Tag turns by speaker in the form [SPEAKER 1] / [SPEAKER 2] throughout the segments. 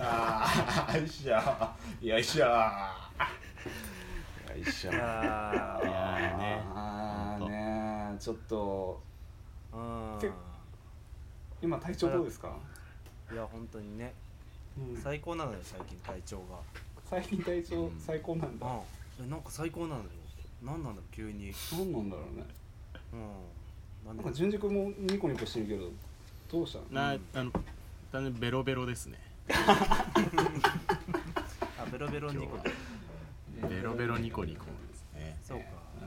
[SPEAKER 1] よいしょよいしょよいしょ
[SPEAKER 2] いや
[SPEAKER 3] いやーね
[SPEAKER 1] あ
[SPEAKER 3] ほ
[SPEAKER 1] ー
[SPEAKER 3] んと
[SPEAKER 1] ねちょっと
[SPEAKER 2] ー
[SPEAKER 1] て今体調どうですか、
[SPEAKER 2] うんいや本当にね
[SPEAKER 1] うん
[SPEAKER 2] 最高なのよ最近体調が
[SPEAKER 1] 最近体調
[SPEAKER 3] うん
[SPEAKER 1] 最高なんだ、
[SPEAKER 2] うんいやなんか最高なのよなんなんだろう急に
[SPEAKER 1] なん、なんだろうね
[SPEAKER 2] うんなん
[SPEAKER 1] な
[SPEAKER 2] で
[SPEAKER 1] んか純次君もニコニコしてるけどどうしたの
[SPEAKER 3] なあの単にベロベロですね
[SPEAKER 2] あベロベロニコ
[SPEAKER 3] ベロベロニコニコですね
[SPEAKER 2] そうか、
[SPEAKER 1] うんう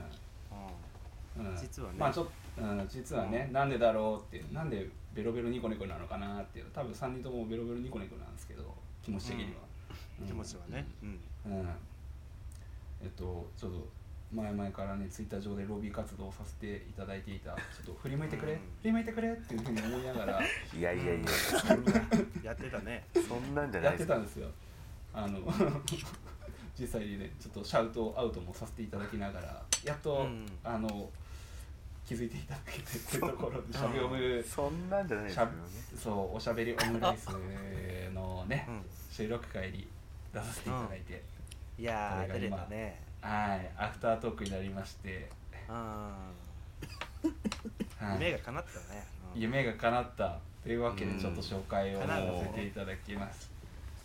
[SPEAKER 1] ん
[SPEAKER 2] 実はね
[SPEAKER 1] まあちょっと、うん、実はね、なんでだろうってなんでベロベロニコニコなのかなっていう多分3人ともベロベロニコニコなんですけど気持ち的には、
[SPEAKER 2] うん、気持ちはねうん
[SPEAKER 1] うんえっとちょっと前々からねツイッター上でロビー活動をさせていただいていたちょっと振り向いてくれ、
[SPEAKER 2] うん
[SPEAKER 1] 振り向いてくれっていうふうに思いながら
[SPEAKER 4] いやいやいや
[SPEAKER 2] やってたね
[SPEAKER 4] そんなんじゃな
[SPEAKER 1] や
[SPEAKER 4] い
[SPEAKER 1] っ
[SPEAKER 4] で
[SPEAKER 1] て
[SPEAKER 4] す
[SPEAKER 1] たんですよあの 実際にねちょっとシャウトアウトもさせていただきながらやっと、
[SPEAKER 2] うん
[SPEAKER 1] あの気づいていただけてこういうところでしゃべおむ
[SPEAKER 4] そんなんじゃないです
[SPEAKER 1] し
[SPEAKER 4] よ
[SPEAKER 1] ゃ
[SPEAKER 4] ね
[SPEAKER 1] そうおしゃべりオムライスのね、
[SPEAKER 2] うん
[SPEAKER 1] 収録会に出させていただいて、
[SPEAKER 2] いやー
[SPEAKER 1] こ
[SPEAKER 2] 出
[SPEAKER 1] れ
[SPEAKER 2] れ
[SPEAKER 1] が今
[SPEAKER 2] たね
[SPEAKER 1] はいアフタートークになりまして、
[SPEAKER 2] うん
[SPEAKER 1] はい
[SPEAKER 2] 夢が叶ったね、うん
[SPEAKER 1] 夢が叶ったというわけでちょっと紹介を
[SPEAKER 2] うん
[SPEAKER 1] させていただきます、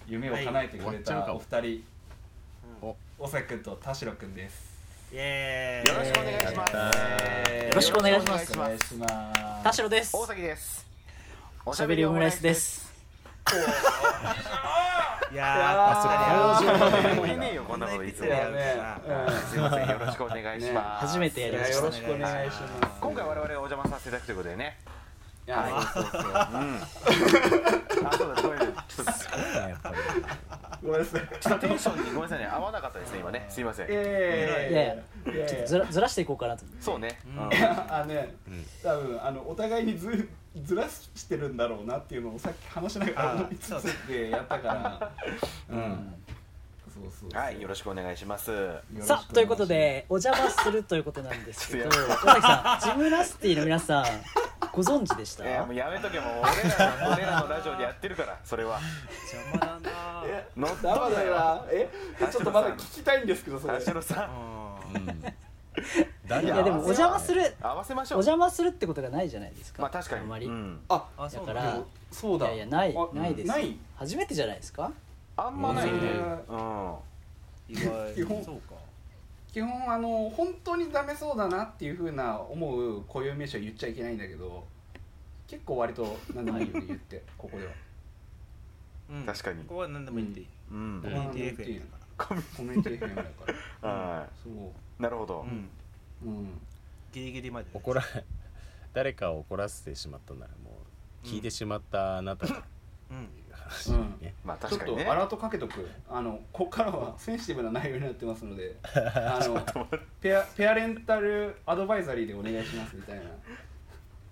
[SPEAKER 1] 夢を叶えてくれたお二人
[SPEAKER 3] お
[SPEAKER 1] おさくんと田代くんです
[SPEAKER 2] イエーイ
[SPEAKER 4] よろしくお願いします
[SPEAKER 1] えー
[SPEAKER 5] よろしくお願いします
[SPEAKER 1] よろくお願いします
[SPEAKER 5] 田代です。
[SPEAKER 4] 大崎です
[SPEAKER 5] おしゃべりオムライスです。
[SPEAKER 2] いやー
[SPEAKER 1] あそこ
[SPEAKER 2] あったね
[SPEAKER 4] もういねえよこんなこと言って
[SPEAKER 1] だよね
[SPEAKER 4] すいませんよろしくお願いします
[SPEAKER 5] 初めてや
[SPEAKER 1] うん
[SPEAKER 5] り
[SPEAKER 1] い
[SPEAKER 5] ま
[SPEAKER 1] や
[SPEAKER 5] し
[SPEAKER 1] よ
[SPEAKER 5] た
[SPEAKER 1] ろしくお願いします
[SPEAKER 4] 今回我々お邪魔させていただくということでね
[SPEAKER 1] いやそうそうそう
[SPEAKER 4] うんあそうだそういうちょっと
[SPEAKER 3] やっぱり
[SPEAKER 1] ごめんなさい
[SPEAKER 4] ちょっとテンションにごめんなさいね合わなかったですね今ねすいません
[SPEAKER 1] え
[SPEAKER 5] いやい
[SPEAKER 1] ーいやい
[SPEAKER 5] や。
[SPEAKER 1] や
[SPEAKER 5] ずらずらしていこうかなと思って。
[SPEAKER 4] そうね
[SPEAKER 2] うん
[SPEAKER 4] うん
[SPEAKER 1] あのね、多分あのお互いにずずらしてるんだろうなっていうのをさっき話しながら
[SPEAKER 2] あ
[SPEAKER 1] 思いつ
[SPEAKER 2] そう
[SPEAKER 1] つってやったからうんそうそうそう
[SPEAKER 4] はいよろしくお願いします
[SPEAKER 1] よろしくお願いします
[SPEAKER 5] さあということでお邪魔するということなんですけど、
[SPEAKER 4] ち
[SPEAKER 5] 尾
[SPEAKER 4] ょっ
[SPEAKER 5] 崎さん、ジムラスティの皆さんご存知 でした？
[SPEAKER 4] えーもうやめとけもう俺らの俺らのラジオでやってるからそれは
[SPEAKER 2] 邪魔だ なー
[SPEAKER 4] 乗っ
[SPEAKER 1] ダメ
[SPEAKER 4] 取
[SPEAKER 1] だ
[SPEAKER 4] る
[SPEAKER 1] よ
[SPEAKER 4] よ
[SPEAKER 1] なえちょっとまだ聞きたいんですけどそれ
[SPEAKER 4] 田代さん
[SPEAKER 2] うん
[SPEAKER 3] うん
[SPEAKER 5] い
[SPEAKER 3] 誰
[SPEAKER 5] やでもお邪魔する
[SPEAKER 4] 合わせまし
[SPEAKER 5] お
[SPEAKER 4] ょう
[SPEAKER 5] 邪魔するってことがないじゃないですか。
[SPEAKER 4] まあ確かに
[SPEAKER 5] あんまり。
[SPEAKER 4] う
[SPEAKER 5] だ
[SPEAKER 4] ん
[SPEAKER 1] あ
[SPEAKER 2] あそう
[SPEAKER 5] か
[SPEAKER 2] な
[SPEAKER 5] ら
[SPEAKER 2] の
[SPEAKER 1] そうだ
[SPEAKER 5] いやいやない
[SPEAKER 1] あ
[SPEAKER 5] ないですよ。
[SPEAKER 1] ない
[SPEAKER 5] 初めてじゃないですか？
[SPEAKER 4] あんまないね
[SPEAKER 1] うん
[SPEAKER 4] うん
[SPEAKER 2] 意外
[SPEAKER 1] 基本
[SPEAKER 2] そうか
[SPEAKER 1] 基本あの本当にダメそうだなっていうふうな思う固有名詞は言っちゃいけないんだけど結構割と何でもいいよね言ってここでは
[SPEAKER 2] うん
[SPEAKER 4] 確かに
[SPEAKER 2] ここは何でも言っていい
[SPEAKER 4] うん
[SPEAKER 2] コミュニティ FM だか
[SPEAKER 1] コミュニティ FM だから
[SPEAKER 4] は
[SPEAKER 1] そ
[SPEAKER 4] いなるほど
[SPEAKER 2] らうん
[SPEAKER 1] ううん
[SPEAKER 2] ギリギリまで
[SPEAKER 3] 怒ら 誰かを怒らせてしまったならもう聞いてしまったあなたが
[SPEAKER 2] うん
[SPEAKER 3] 話にね、
[SPEAKER 4] まあ
[SPEAKER 1] ちょっ
[SPEAKER 4] 確かにね
[SPEAKER 1] とアラートかけとくあのここからはセンシティブな内容になってますの であのペアペアレンタルアドバイザリーでお願いしますみたいな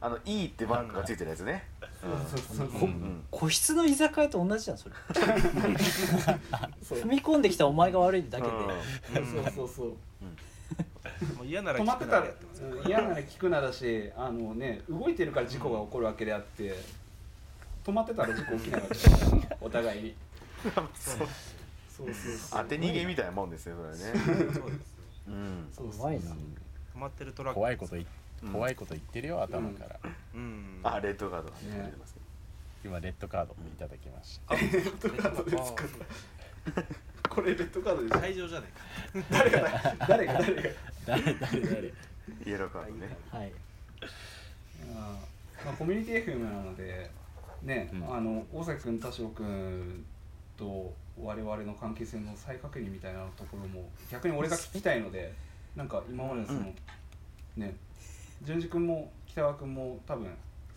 [SPEAKER 4] あの E ってマークがついてるやつね
[SPEAKER 1] そうそう
[SPEAKER 4] う
[SPEAKER 1] そうん
[SPEAKER 5] 個室の居酒屋と同じじゃんそれ。
[SPEAKER 1] そう
[SPEAKER 5] 踏み込んできたお前が悪いだけで。
[SPEAKER 1] そうそうそう
[SPEAKER 2] もう嫌なら
[SPEAKER 1] 止まって
[SPEAKER 2] な
[SPEAKER 1] た
[SPEAKER 2] ら
[SPEAKER 1] ら
[SPEAKER 2] やってますよ
[SPEAKER 1] うん嫌なら聞くなだしあのね動いてるから事故が起こるわけであって止まってたら事故起きないわけだから お互いにそうそうそう
[SPEAKER 4] 当て逃げみたいなもんですねそれね
[SPEAKER 2] そうですよ
[SPEAKER 4] うん
[SPEAKER 1] そう
[SPEAKER 5] 怖いな。
[SPEAKER 2] 止まってるトラック
[SPEAKER 3] 怖いこと言っ
[SPEAKER 4] うん
[SPEAKER 3] 怖いこと言ってるよ頭から、
[SPEAKER 2] うん
[SPEAKER 4] あレッドカード
[SPEAKER 1] ね
[SPEAKER 3] 今レッドカードいただきました、
[SPEAKER 1] レッドカードですかこれレッドカードです
[SPEAKER 2] 会場じゃないか
[SPEAKER 1] 誰が誰が誰が
[SPEAKER 3] 誰誰誰
[SPEAKER 4] イエローカードね
[SPEAKER 5] はい。
[SPEAKER 1] あーまあ、コミュニティ FM なので、ね
[SPEAKER 3] うん
[SPEAKER 1] あの大崎君、田代君と我々の関係性の再確認みたいなところも逆に俺が聞きたいのでなんか今までのその、ね淳二君も北川君も多分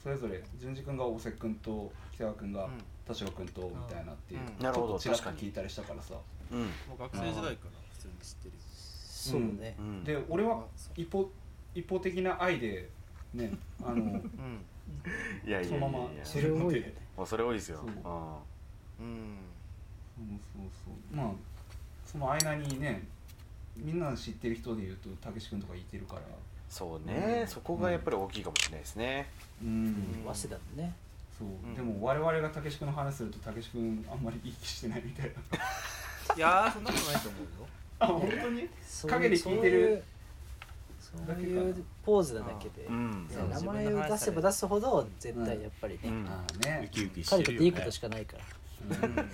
[SPEAKER 1] それぞれ淳二君が大崎君と北川君が
[SPEAKER 2] うん
[SPEAKER 1] 田代君とみたいなっていう、
[SPEAKER 2] うん
[SPEAKER 1] ちょ
[SPEAKER 4] な
[SPEAKER 1] っ
[SPEAKER 4] るほ
[SPEAKER 1] と
[SPEAKER 4] ど
[SPEAKER 1] ちらっ
[SPEAKER 4] 確
[SPEAKER 1] と
[SPEAKER 4] かに
[SPEAKER 1] 聞いたりしたからさ、
[SPEAKER 4] うん
[SPEAKER 2] もう学生時代から普通に知ってるよ
[SPEAKER 5] そうね。
[SPEAKER 4] うん
[SPEAKER 1] で俺は一方一方的な愛でね あの
[SPEAKER 2] うん
[SPEAKER 4] いやいやい
[SPEAKER 1] そ
[SPEAKER 4] やい
[SPEAKER 1] の
[SPEAKER 4] や
[SPEAKER 1] まま
[SPEAKER 5] それ多いよね
[SPEAKER 4] もうそれ多いですよ
[SPEAKER 1] そう
[SPEAKER 4] うん
[SPEAKER 2] うん
[SPEAKER 1] そうそうそうまあその間にねみんな知ってる人でいうとたけし君とかいてるから
[SPEAKER 4] そうね
[SPEAKER 1] うん
[SPEAKER 4] そこがやっぱり大きいかもしれないですね
[SPEAKER 1] うん
[SPEAKER 5] 早稲田のね。
[SPEAKER 1] そう、
[SPEAKER 2] ん
[SPEAKER 1] でも我々がたけし君の話するとたけし君あんまりいい気してないみたいな
[SPEAKER 2] いやーそんなことないと思うよ
[SPEAKER 1] あ本当に
[SPEAKER 5] そう
[SPEAKER 1] 陰で聞いてる
[SPEAKER 5] そういう
[SPEAKER 1] だけか
[SPEAKER 5] そ
[SPEAKER 1] な
[SPEAKER 5] ういうポーズなだけで、
[SPEAKER 2] ん
[SPEAKER 1] そう
[SPEAKER 5] 名前を出せば出すほど絶対やっぱりね、
[SPEAKER 2] うん
[SPEAKER 1] ああ
[SPEAKER 3] ウ
[SPEAKER 1] ね、
[SPEAKER 3] キウキし
[SPEAKER 5] 彼
[SPEAKER 3] てる
[SPEAKER 5] にとっていい
[SPEAKER 3] よ
[SPEAKER 5] こ
[SPEAKER 3] ね
[SPEAKER 5] としかないから
[SPEAKER 1] うんまあ、い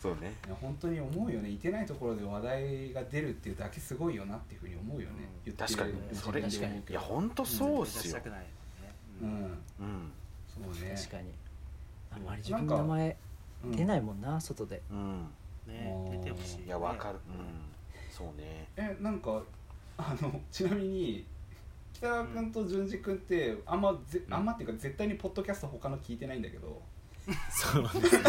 [SPEAKER 4] そうね
[SPEAKER 1] や本当に思うよねいてないところで話題が出るっていうだけすごいよなっていうふうに思うよね、言ってる
[SPEAKER 4] 確かにそれ
[SPEAKER 1] 自分で思う
[SPEAKER 4] い
[SPEAKER 1] け
[SPEAKER 4] や
[SPEAKER 1] ど
[SPEAKER 4] 本当そうっ
[SPEAKER 2] 出
[SPEAKER 4] す
[SPEAKER 2] し
[SPEAKER 4] よ
[SPEAKER 2] たくないよね
[SPEAKER 1] う
[SPEAKER 2] うん
[SPEAKER 1] ん
[SPEAKER 4] うん
[SPEAKER 1] そうね
[SPEAKER 5] 確かにあ
[SPEAKER 1] うん
[SPEAKER 5] んまり自分の名前
[SPEAKER 1] うん
[SPEAKER 5] 出ないもんな、外で
[SPEAKER 4] うん
[SPEAKER 2] ね出てほしいね
[SPEAKER 4] いやわかるうんそうね
[SPEAKER 1] えなんかあのちなみに北川君と淳二君ってあんまぜ、
[SPEAKER 3] うん
[SPEAKER 1] あんまっていうか絶対にポッドキャスト他の聞いてないんだけど
[SPEAKER 3] そうですね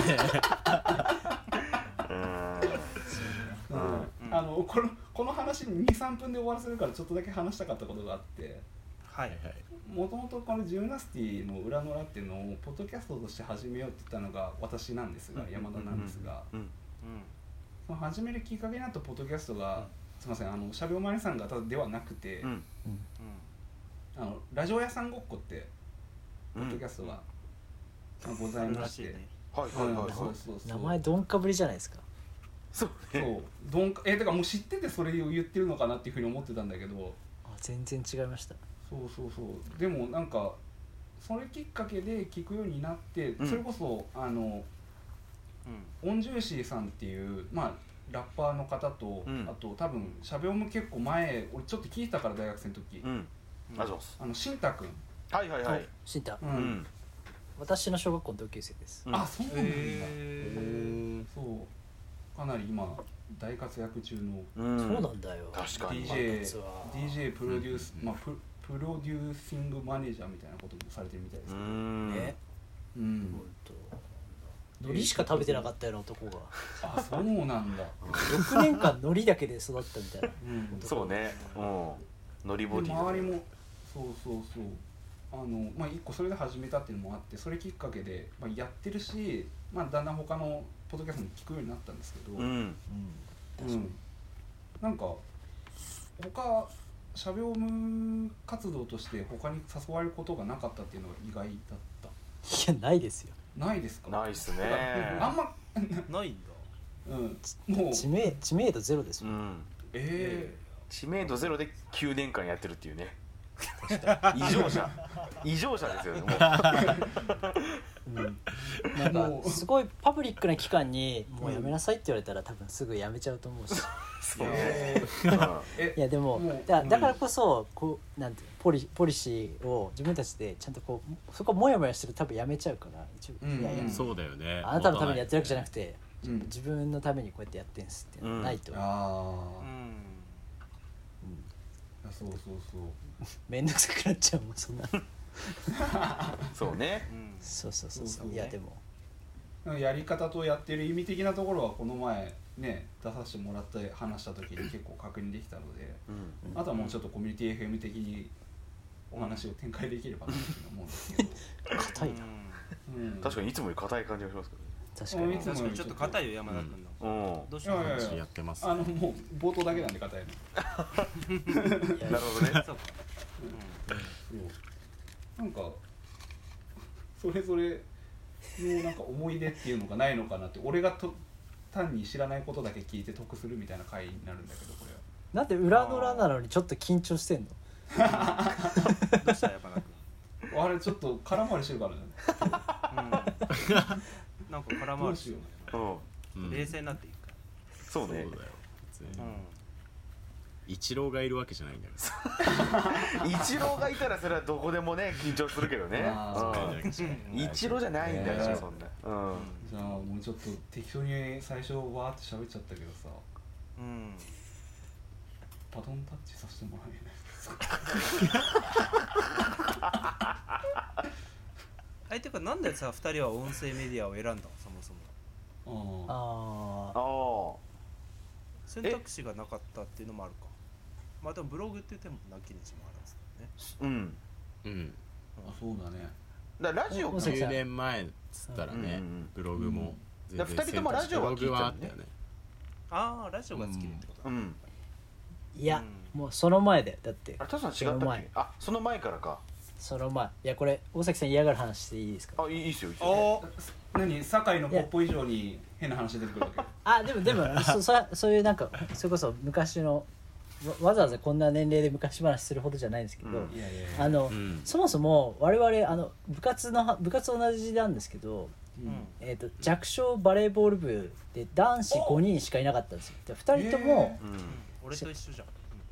[SPEAKER 4] うん
[SPEAKER 1] うん
[SPEAKER 2] うん
[SPEAKER 1] あのこのこの話23分で終わらせるからちょっとだけ話したかったことがあって
[SPEAKER 2] は
[SPEAKER 3] はい
[SPEAKER 2] い
[SPEAKER 1] もともとこの「ジムナスティ」の裏の裏っていうのをポッドキャストとして始めようって言ったのが私なんですが、
[SPEAKER 2] うん
[SPEAKER 1] 山田なんですが、
[SPEAKER 4] うん
[SPEAKER 2] うん
[SPEAKER 1] その始めるきっかけになったポッドキャストが、
[SPEAKER 2] うん
[SPEAKER 1] すいませんあのおしゃべおまりさんがただではなくて、
[SPEAKER 4] うん
[SPEAKER 1] あのラジオ屋さんごっこってポ
[SPEAKER 4] う
[SPEAKER 1] ッド
[SPEAKER 4] ん
[SPEAKER 1] キャストが、あござい
[SPEAKER 2] うん
[SPEAKER 1] ま
[SPEAKER 2] ら
[SPEAKER 1] し、
[SPEAKER 2] していね
[SPEAKER 4] はいはいはい
[SPEAKER 1] そ
[SPEAKER 4] は
[SPEAKER 1] う
[SPEAKER 4] い
[SPEAKER 1] そうそう
[SPEAKER 5] 名前どんかぶりじゃないですか
[SPEAKER 4] そう
[SPEAKER 1] そう
[SPEAKER 4] ね
[SPEAKER 1] どんかえだからもう知っててそれを言ってるのかなっていうふうに思ってたんだけど
[SPEAKER 5] あ全然違いました
[SPEAKER 1] そうそうそうでもなんかそれきっかけで聞くようになって、
[SPEAKER 4] ん
[SPEAKER 1] それこそあの
[SPEAKER 2] うん
[SPEAKER 1] オンジューシーさんっていうまあラッパーの方と、
[SPEAKER 4] うん
[SPEAKER 1] あと多分しゃべおも結構前俺ちょっと聞いてたから大学生の時、
[SPEAKER 4] うんあそうっす
[SPEAKER 1] あの慎太君、
[SPEAKER 4] はいはいはい
[SPEAKER 5] シンタ、
[SPEAKER 1] う
[SPEAKER 4] うんん
[SPEAKER 5] 私の小学校の同級生です
[SPEAKER 4] うん
[SPEAKER 1] あそうなんだ、
[SPEAKER 2] へ
[SPEAKER 1] そうかなり今大活躍中の
[SPEAKER 4] うん
[SPEAKER 5] そうなんだよ
[SPEAKER 4] 確かに
[SPEAKER 1] DJ
[SPEAKER 5] 活は
[SPEAKER 1] DJ プロデュース、
[SPEAKER 3] うん
[SPEAKER 1] まあ、ププロデューシングマネージャーみたいなこともされてるみたいです
[SPEAKER 4] う
[SPEAKER 1] ね、
[SPEAKER 4] ん
[SPEAKER 5] ね
[SPEAKER 1] うん
[SPEAKER 5] ほんと海苔しか食べてなかったような男 が
[SPEAKER 1] あそうなんだ、
[SPEAKER 5] 6年間海苔だけで育ったみたいな
[SPEAKER 1] うん、で
[SPEAKER 4] そうねうんノリボディ
[SPEAKER 1] 周りもそうそうそうあのまあ一個それで始めたっていうのもあってそれきっかけで、まあ、やってるし、まあ、だんだん他のポッドキャストも聞くようになったんですけど、
[SPEAKER 4] うん
[SPEAKER 5] 確かに
[SPEAKER 1] うんなんか他しゃべおむ活動として他に誘われることがなかったっていうのが意外だった
[SPEAKER 5] いやないですよ
[SPEAKER 1] ないですか
[SPEAKER 4] ないっす
[SPEAKER 1] て
[SPEAKER 4] ね
[SPEAKER 1] かあんま
[SPEAKER 2] ないんだ
[SPEAKER 1] うんもう
[SPEAKER 5] 知名知名度ゼロです
[SPEAKER 4] う
[SPEAKER 5] よ、
[SPEAKER 4] ん
[SPEAKER 1] え
[SPEAKER 4] 知名度ゼロで9年間やってるっていうね異常者異常者ですよねもう
[SPEAKER 5] うん、
[SPEAKER 1] え
[SPEAKER 5] なん
[SPEAKER 1] も
[SPEAKER 5] か
[SPEAKER 1] う
[SPEAKER 5] すごいパブリックな期間にもうやめなさいって言われたら多分すぐやめちゃうと思うし
[SPEAKER 4] そうね
[SPEAKER 1] え
[SPEAKER 4] う
[SPEAKER 1] え
[SPEAKER 5] いやでも
[SPEAKER 1] もう
[SPEAKER 5] だ
[SPEAKER 1] うん
[SPEAKER 5] だからこそこうなんていうのポリポリシーを自分たちでちゃんとこうそこはモヤモヤしてると多分やめちゃうから一応、
[SPEAKER 1] うん
[SPEAKER 5] いやいや
[SPEAKER 1] うん
[SPEAKER 3] そうだよね
[SPEAKER 5] あなたのためにやってるわけじゃなく
[SPEAKER 3] て
[SPEAKER 5] て、
[SPEAKER 1] うん
[SPEAKER 5] 自分のためにこうやってやってんすっていうのはないと、
[SPEAKER 1] あ
[SPEAKER 2] う
[SPEAKER 1] あ
[SPEAKER 2] ん
[SPEAKER 1] そうそうそう
[SPEAKER 5] 面倒くさくなっちゃうもんそんな
[SPEAKER 4] んそうね
[SPEAKER 2] うん
[SPEAKER 5] そうそうそう
[SPEAKER 1] そ
[SPEAKER 5] そうう
[SPEAKER 1] ね
[SPEAKER 5] いやでも
[SPEAKER 1] なんかやり方とやってる意味的なところはこの前ね出させてもらって話した時に結構確認できたので
[SPEAKER 4] うん
[SPEAKER 5] うん
[SPEAKER 1] あとはもうちょっとコミュニティ FM 的にお話を展開できればなと思うんですけど、
[SPEAKER 5] 硬いな
[SPEAKER 1] うん、
[SPEAKER 4] 確か
[SPEAKER 1] に
[SPEAKER 4] にいつもより硬い感じがしますけ
[SPEAKER 5] 確かに
[SPEAKER 1] いつもより
[SPEAKER 2] 確かにちょっと硬いよ山田君
[SPEAKER 4] ど
[SPEAKER 2] の
[SPEAKER 4] ね
[SPEAKER 2] どうしよう
[SPEAKER 1] いやい
[SPEAKER 3] やってます
[SPEAKER 1] あのもう冒頭だけなんで硬いの
[SPEAKER 4] うんなるほど ね
[SPEAKER 2] そうか
[SPEAKER 1] そうなんかそれぞれのなんか思い出っていうのがないのかなって俺がと単に知らないことだけ聞いて得するみたいな回になるんだけどこれは
[SPEAKER 5] なんで裏の裏なのにちょっと緊張してんの
[SPEAKER 2] うんどうした山田君
[SPEAKER 1] あれちょっと空回りしてるからね
[SPEAKER 2] うんなんか空
[SPEAKER 1] ど
[SPEAKER 2] 回
[SPEAKER 1] う
[SPEAKER 2] り
[SPEAKER 1] し
[SPEAKER 2] し
[SPEAKER 1] よ
[SPEAKER 2] よ
[SPEAKER 1] う
[SPEAKER 4] うん
[SPEAKER 3] うん
[SPEAKER 2] 冷静になっていくか
[SPEAKER 4] そう
[SPEAKER 3] そうだ
[SPEAKER 4] ね
[SPEAKER 3] よ別に
[SPEAKER 2] ら
[SPEAKER 3] 一郎がいるわけじゃないんだから
[SPEAKER 4] 一郎がいたらそれはどこでもね緊張するけどね
[SPEAKER 1] あー
[SPEAKER 4] うん
[SPEAKER 3] 確かに
[SPEAKER 4] 一郎じゃないんだか
[SPEAKER 1] ね
[SPEAKER 4] らそんなうん
[SPEAKER 1] じゃあもうちょっと適当に最初わーって喋っちゃったけどさ
[SPEAKER 2] うんうん
[SPEAKER 1] バトンタッチさせてもらえないですか
[SPEAKER 2] えてかなんでさ二人は音声メディアを選んだのそもそも
[SPEAKER 1] あ
[SPEAKER 4] あ
[SPEAKER 5] あ
[SPEAKER 4] あ
[SPEAKER 5] あ
[SPEAKER 2] 選択肢がなかったっていうのもあるかまあでもブログって言ってもなきにしもあらずだね
[SPEAKER 4] うん
[SPEAKER 3] うん
[SPEAKER 1] ああそうだね
[SPEAKER 4] だからラジオ
[SPEAKER 5] おそう
[SPEAKER 3] 10年前っつったらね、
[SPEAKER 4] うんうん
[SPEAKER 3] ブログも全
[SPEAKER 4] だから二人ともラジオは聞いて
[SPEAKER 3] ブ
[SPEAKER 4] た
[SPEAKER 3] ログ
[SPEAKER 4] の
[SPEAKER 3] あった
[SPEAKER 4] ね
[SPEAKER 3] よね
[SPEAKER 2] ああラジオが好きでってことだ
[SPEAKER 4] うん
[SPEAKER 5] いや
[SPEAKER 2] う
[SPEAKER 5] もうその前だよだって
[SPEAKER 4] あれタツさん違ったっけあその前からか
[SPEAKER 5] そのまあいやこれ大崎さん嫌がる話していいですか
[SPEAKER 4] あいいいいっすよいいっすよ
[SPEAKER 2] お
[SPEAKER 1] 何酒井のポップ以上に変な話出てくるわけ
[SPEAKER 5] あでもでも そそそういうなんかそれこそ昔のわわざわざこんな年齢で昔話するほどじゃないんですけど、
[SPEAKER 4] うん
[SPEAKER 1] いやいやいや
[SPEAKER 5] あの、
[SPEAKER 3] うん
[SPEAKER 5] そもそも我々あの部活の部活同じなんですけど、
[SPEAKER 1] う
[SPEAKER 2] うんん、
[SPEAKER 5] えー、と弱小バレーボール部で男子5人しかいなかったんですよで2人とも、
[SPEAKER 4] うん
[SPEAKER 2] 俺と一緒じゃん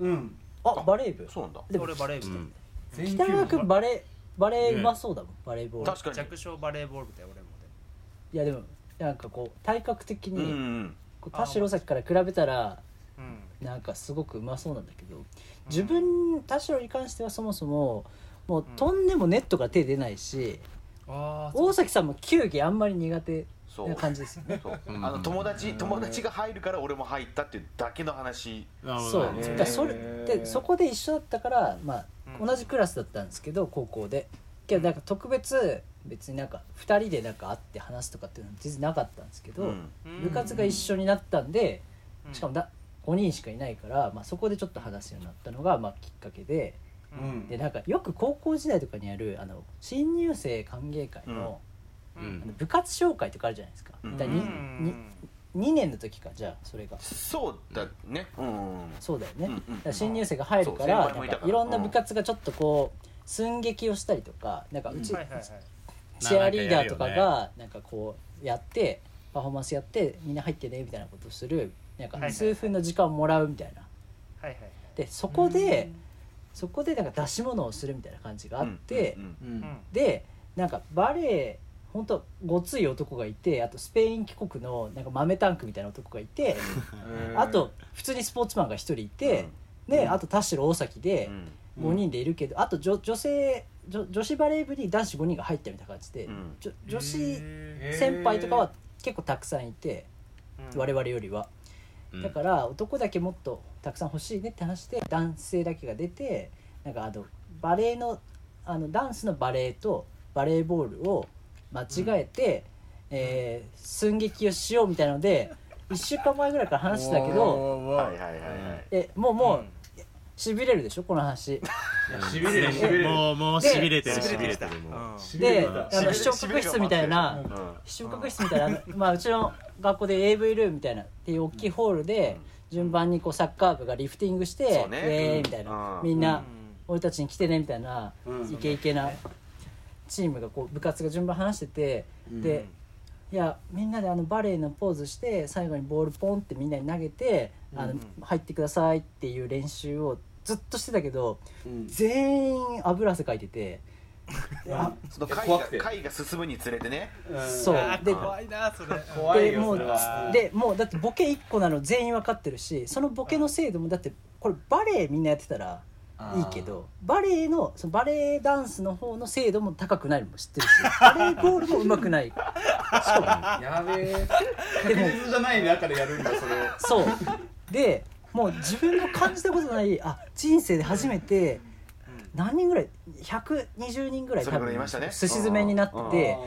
[SPEAKER 1] うん
[SPEAKER 5] あバレー部
[SPEAKER 4] そうなんだ
[SPEAKER 5] でも
[SPEAKER 2] 俺バレー部
[SPEAKER 3] うん
[SPEAKER 1] 全
[SPEAKER 5] 北川君
[SPEAKER 1] バ
[SPEAKER 5] バレーバレーうまそうだもん、バレーボール
[SPEAKER 4] 確かに
[SPEAKER 2] 弱小バレーボール部だよ俺もで
[SPEAKER 5] いやでもなんかこう体格的
[SPEAKER 4] うんう
[SPEAKER 5] に
[SPEAKER 4] ん
[SPEAKER 5] こう田代崎から比べたら
[SPEAKER 2] うん
[SPEAKER 5] なんかすごくうまそうなんだけど自分田代に関してはそもそももう飛んでもネットから手出ないし、
[SPEAKER 2] あ
[SPEAKER 5] 大崎さんも球技あんまり苦手
[SPEAKER 4] そう
[SPEAKER 5] な感じで すよね
[SPEAKER 4] そう
[SPEAKER 3] うん
[SPEAKER 4] あの友達友達が入るから俺も入ったっていうだけの話
[SPEAKER 3] なるほ
[SPEAKER 5] そう
[SPEAKER 3] ど
[SPEAKER 5] だ
[SPEAKER 3] ね
[SPEAKER 5] からそれでそこで一緒だったから、まあ
[SPEAKER 2] うん
[SPEAKER 5] 同じクラスだったんですけど高校でけどなんか特別別になんか2人でなんか会って話すとかっていうのは全然なかったんですけど、
[SPEAKER 4] うん
[SPEAKER 5] 部活が一緒になったんで、
[SPEAKER 2] うん
[SPEAKER 5] しかもだ5人しかいないから、まあ、そこでちょっと話すようになったのが、まあ、きっかけで
[SPEAKER 1] う
[SPEAKER 5] で
[SPEAKER 1] ん
[SPEAKER 5] なんかよく高校時代とかにあるあの新入生歓迎会の,、
[SPEAKER 2] う
[SPEAKER 3] うん
[SPEAKER 5] あの部活紹介とかあるじゃないですか,、
[SPEAKER 4] うん
[SPEAKER 5] だ
[SPEAKER 2] う
[SPEAKER 5] に
[SPEAKER 2] ん
[SPEAKER 5] に2年の時かじゃあそれが
[SPEAKER 4] そうだねうんうん
[SPEAKER 5] そうだよね、
[SPEAKER 4] うんうん
[SPEAKER 5] だから新入生が入るから
[SPEAKER 4] そう先輩もい
[SPEAKER 5] な
[SPEAKER 4] たか
[SPEAKER 5] ん
[SPEAKER 4] ら
[SPEAKER 5] かいろんな部活がちょっとこう寸劇をしたりとかなんかうち、
[SPEAKER 2] はいはいはい
[SPEAKER 5] チアリーダーとかがなんかこうやってパフォーマンスやってみんな入ってねみたいなことをするなん
[SPEAKER 2] はいは
[SPEAKER 5] か
[SPEAKER 2] い
[SPEAKER 5] 数分の時間をもらうみたいな。
[SPEAKER 2] はいはい
[SPEAKER 5] でそこでそこでなんか出し物をするみたいな感じがあって、
[SPEAKER 4] うんうん
[SPEAKER 1] うん
[SPEAKER 5] でなんかバレエ本当ごつい男がいてあとスペイン帰国のなんか豆タンクみたいな男がいて、あと普通にスポーツマンが1人いて、であと田代大崎で。
[SPEAKER 4] うん
[SPEAKER 5] 5人でいるけど、あと女女性女女子バレー部に男子5人が入ったみたいな感じで、
[SPEAKER 4] うん
[SPEAKER 5] じょ女子
[SPEAKER 1] へー
[SPEAKER 5] 先輩とかは結構たくさんいて、我々よりは、
[SPEAKER 3] うん
[SPEAKER 5] だから男だけもっとたくさん欲しいねって話で男性だけが出てなんかあのバレーのあのダンスのバレーとバレーボールを間違えて、えー寸劇をしようみたいなので1週間前ぐらいから話してたけど
[SPEAKER 4] はいはいはいはい
[SPEAKER 5] えもうもうしびれるでしょこ の話。
[SPEAKER 1] いやしびれるしびれる
[SPEAKER 3] もうもう
[SPEAKER 5] で
[SPEAKER 3] しびれて
[SPEAKER 1] し
[SPEAKER 3] るし
[SPEAKER 1] び
[SPEAKER 3] び
[SPEAKER 1] れ
[SPEAKER 3] れ
[SPEAKER 2] てき
[SPEAKER 3] て
[SPEAKER 2] た
[SPEAKER 3] るもう
[SPEAKER 1] しびれ
[SPEAKER 5] で
[SPEAKER 1] る
[SPEAKER 5] あ
[SPEAKER 4] しび
[SPEAKER 5] の
[SPEAKER 4] れ
[SPEAKER 5] 視聴覚室みたいな
[SPEAKER 1] しびれる
[SPEAKER 4] うん
[SPEAKER 5] 視聴覚室みたいな、まあ、うちの学校で AV ルームみたいなっていう大きいホールで順番にこうサッカー部がリフティングして「
[SPEAKER 4] そうね
[SPEAKER 5] イエーイ!」みたいな、
[SPEAKER 4] うん
[SPEAKER 5] みんな、
[SPEAKER 2] うん
[SPEAKER 5] 俺たちに来てね」みたいな、
[SPEAKER 1] うん
[SPEAKER 5] イケイケなチームがこう部活が順番話してて、
[SPEAKER 1] うん
[SPEAKER 5] でいやみんなであのバレーのポーズして最後にボールポンってみんなに投げて、あの
[SPEAKER 2] うん
[SPEAKER 5] 入ってくださいっていう練習をずっとしてたけど
[SPEAKER 1] うん
[SPEAKER 5] 全員油汗かいてて。あ
[SPEAKER 4] その
[SPEAKER 1] いや
[SPEAKER 4] 会
[SPEAKER 1] 怖く
[SPEAKER 4] が
[SPEAKER 1] て
[SPEAKER 4] 会が進むにつれてね
[SPEAKER 1] うん
[SPEAKER 5] そう
[SPEAKER 2] あー
[SPEAKER 5] で
[SPEAKER 2] 怖いなそれ
[SPEAKER 1] 怖い
[SPEAKER 5] で
[SPEAKER 1] よ
[SPEAKER 5] も
[SPEAKER 1] そうれは
[SPEAKER 5] でもうだってボケ1個なの全員分かってるしそのボケの精度もだってこれバレエみんなやってたらいいけどバレエのそのバレエダンスの方の精度も高くないのも知ってるしバレーボールもうまくないしか
[SPEAKER 1] やべえ確実じゃない中でやるんだそれを
[SPEAKER 5] もそうでもう自分の感じたことないあ人生で初めて何人ぐらい120人ぐらい
[SPEAKER 4] それぐらいいましたね
[SPEAKER 5] すし詰めになってて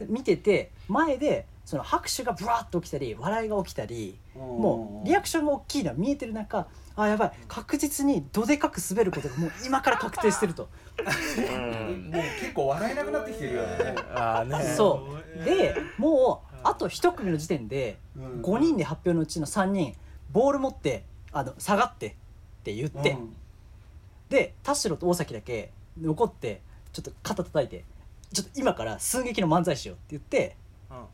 [SPEAKER 2] うん
[SPEAKER 5] で見てて前でその拍手がブワーッと起きたり笑いが起きたり。もうリアクションが大きいのは見えてる中あやばい確実にどでかく滑ることがもう今から確定してると
[SPEAKER 4] うん
[SPEAKER 1] もう結構笑えなくなってきてるよね
[SPEAKER 3] ああね
[SPEAKER 5] そうでもうあと1組の時点で
[SPEAKER 1] うん
[SPEAKER 5] 5人で発表のうちの3人ボール持ってあの下がってって言って、
[SPEAKER 1] うん
[SPEAKER 5] で田代と大崎だけ残ってちょっと肩叩いてちょっと今から寸劇の漫才しようって言って
[SPEAKER 2] うん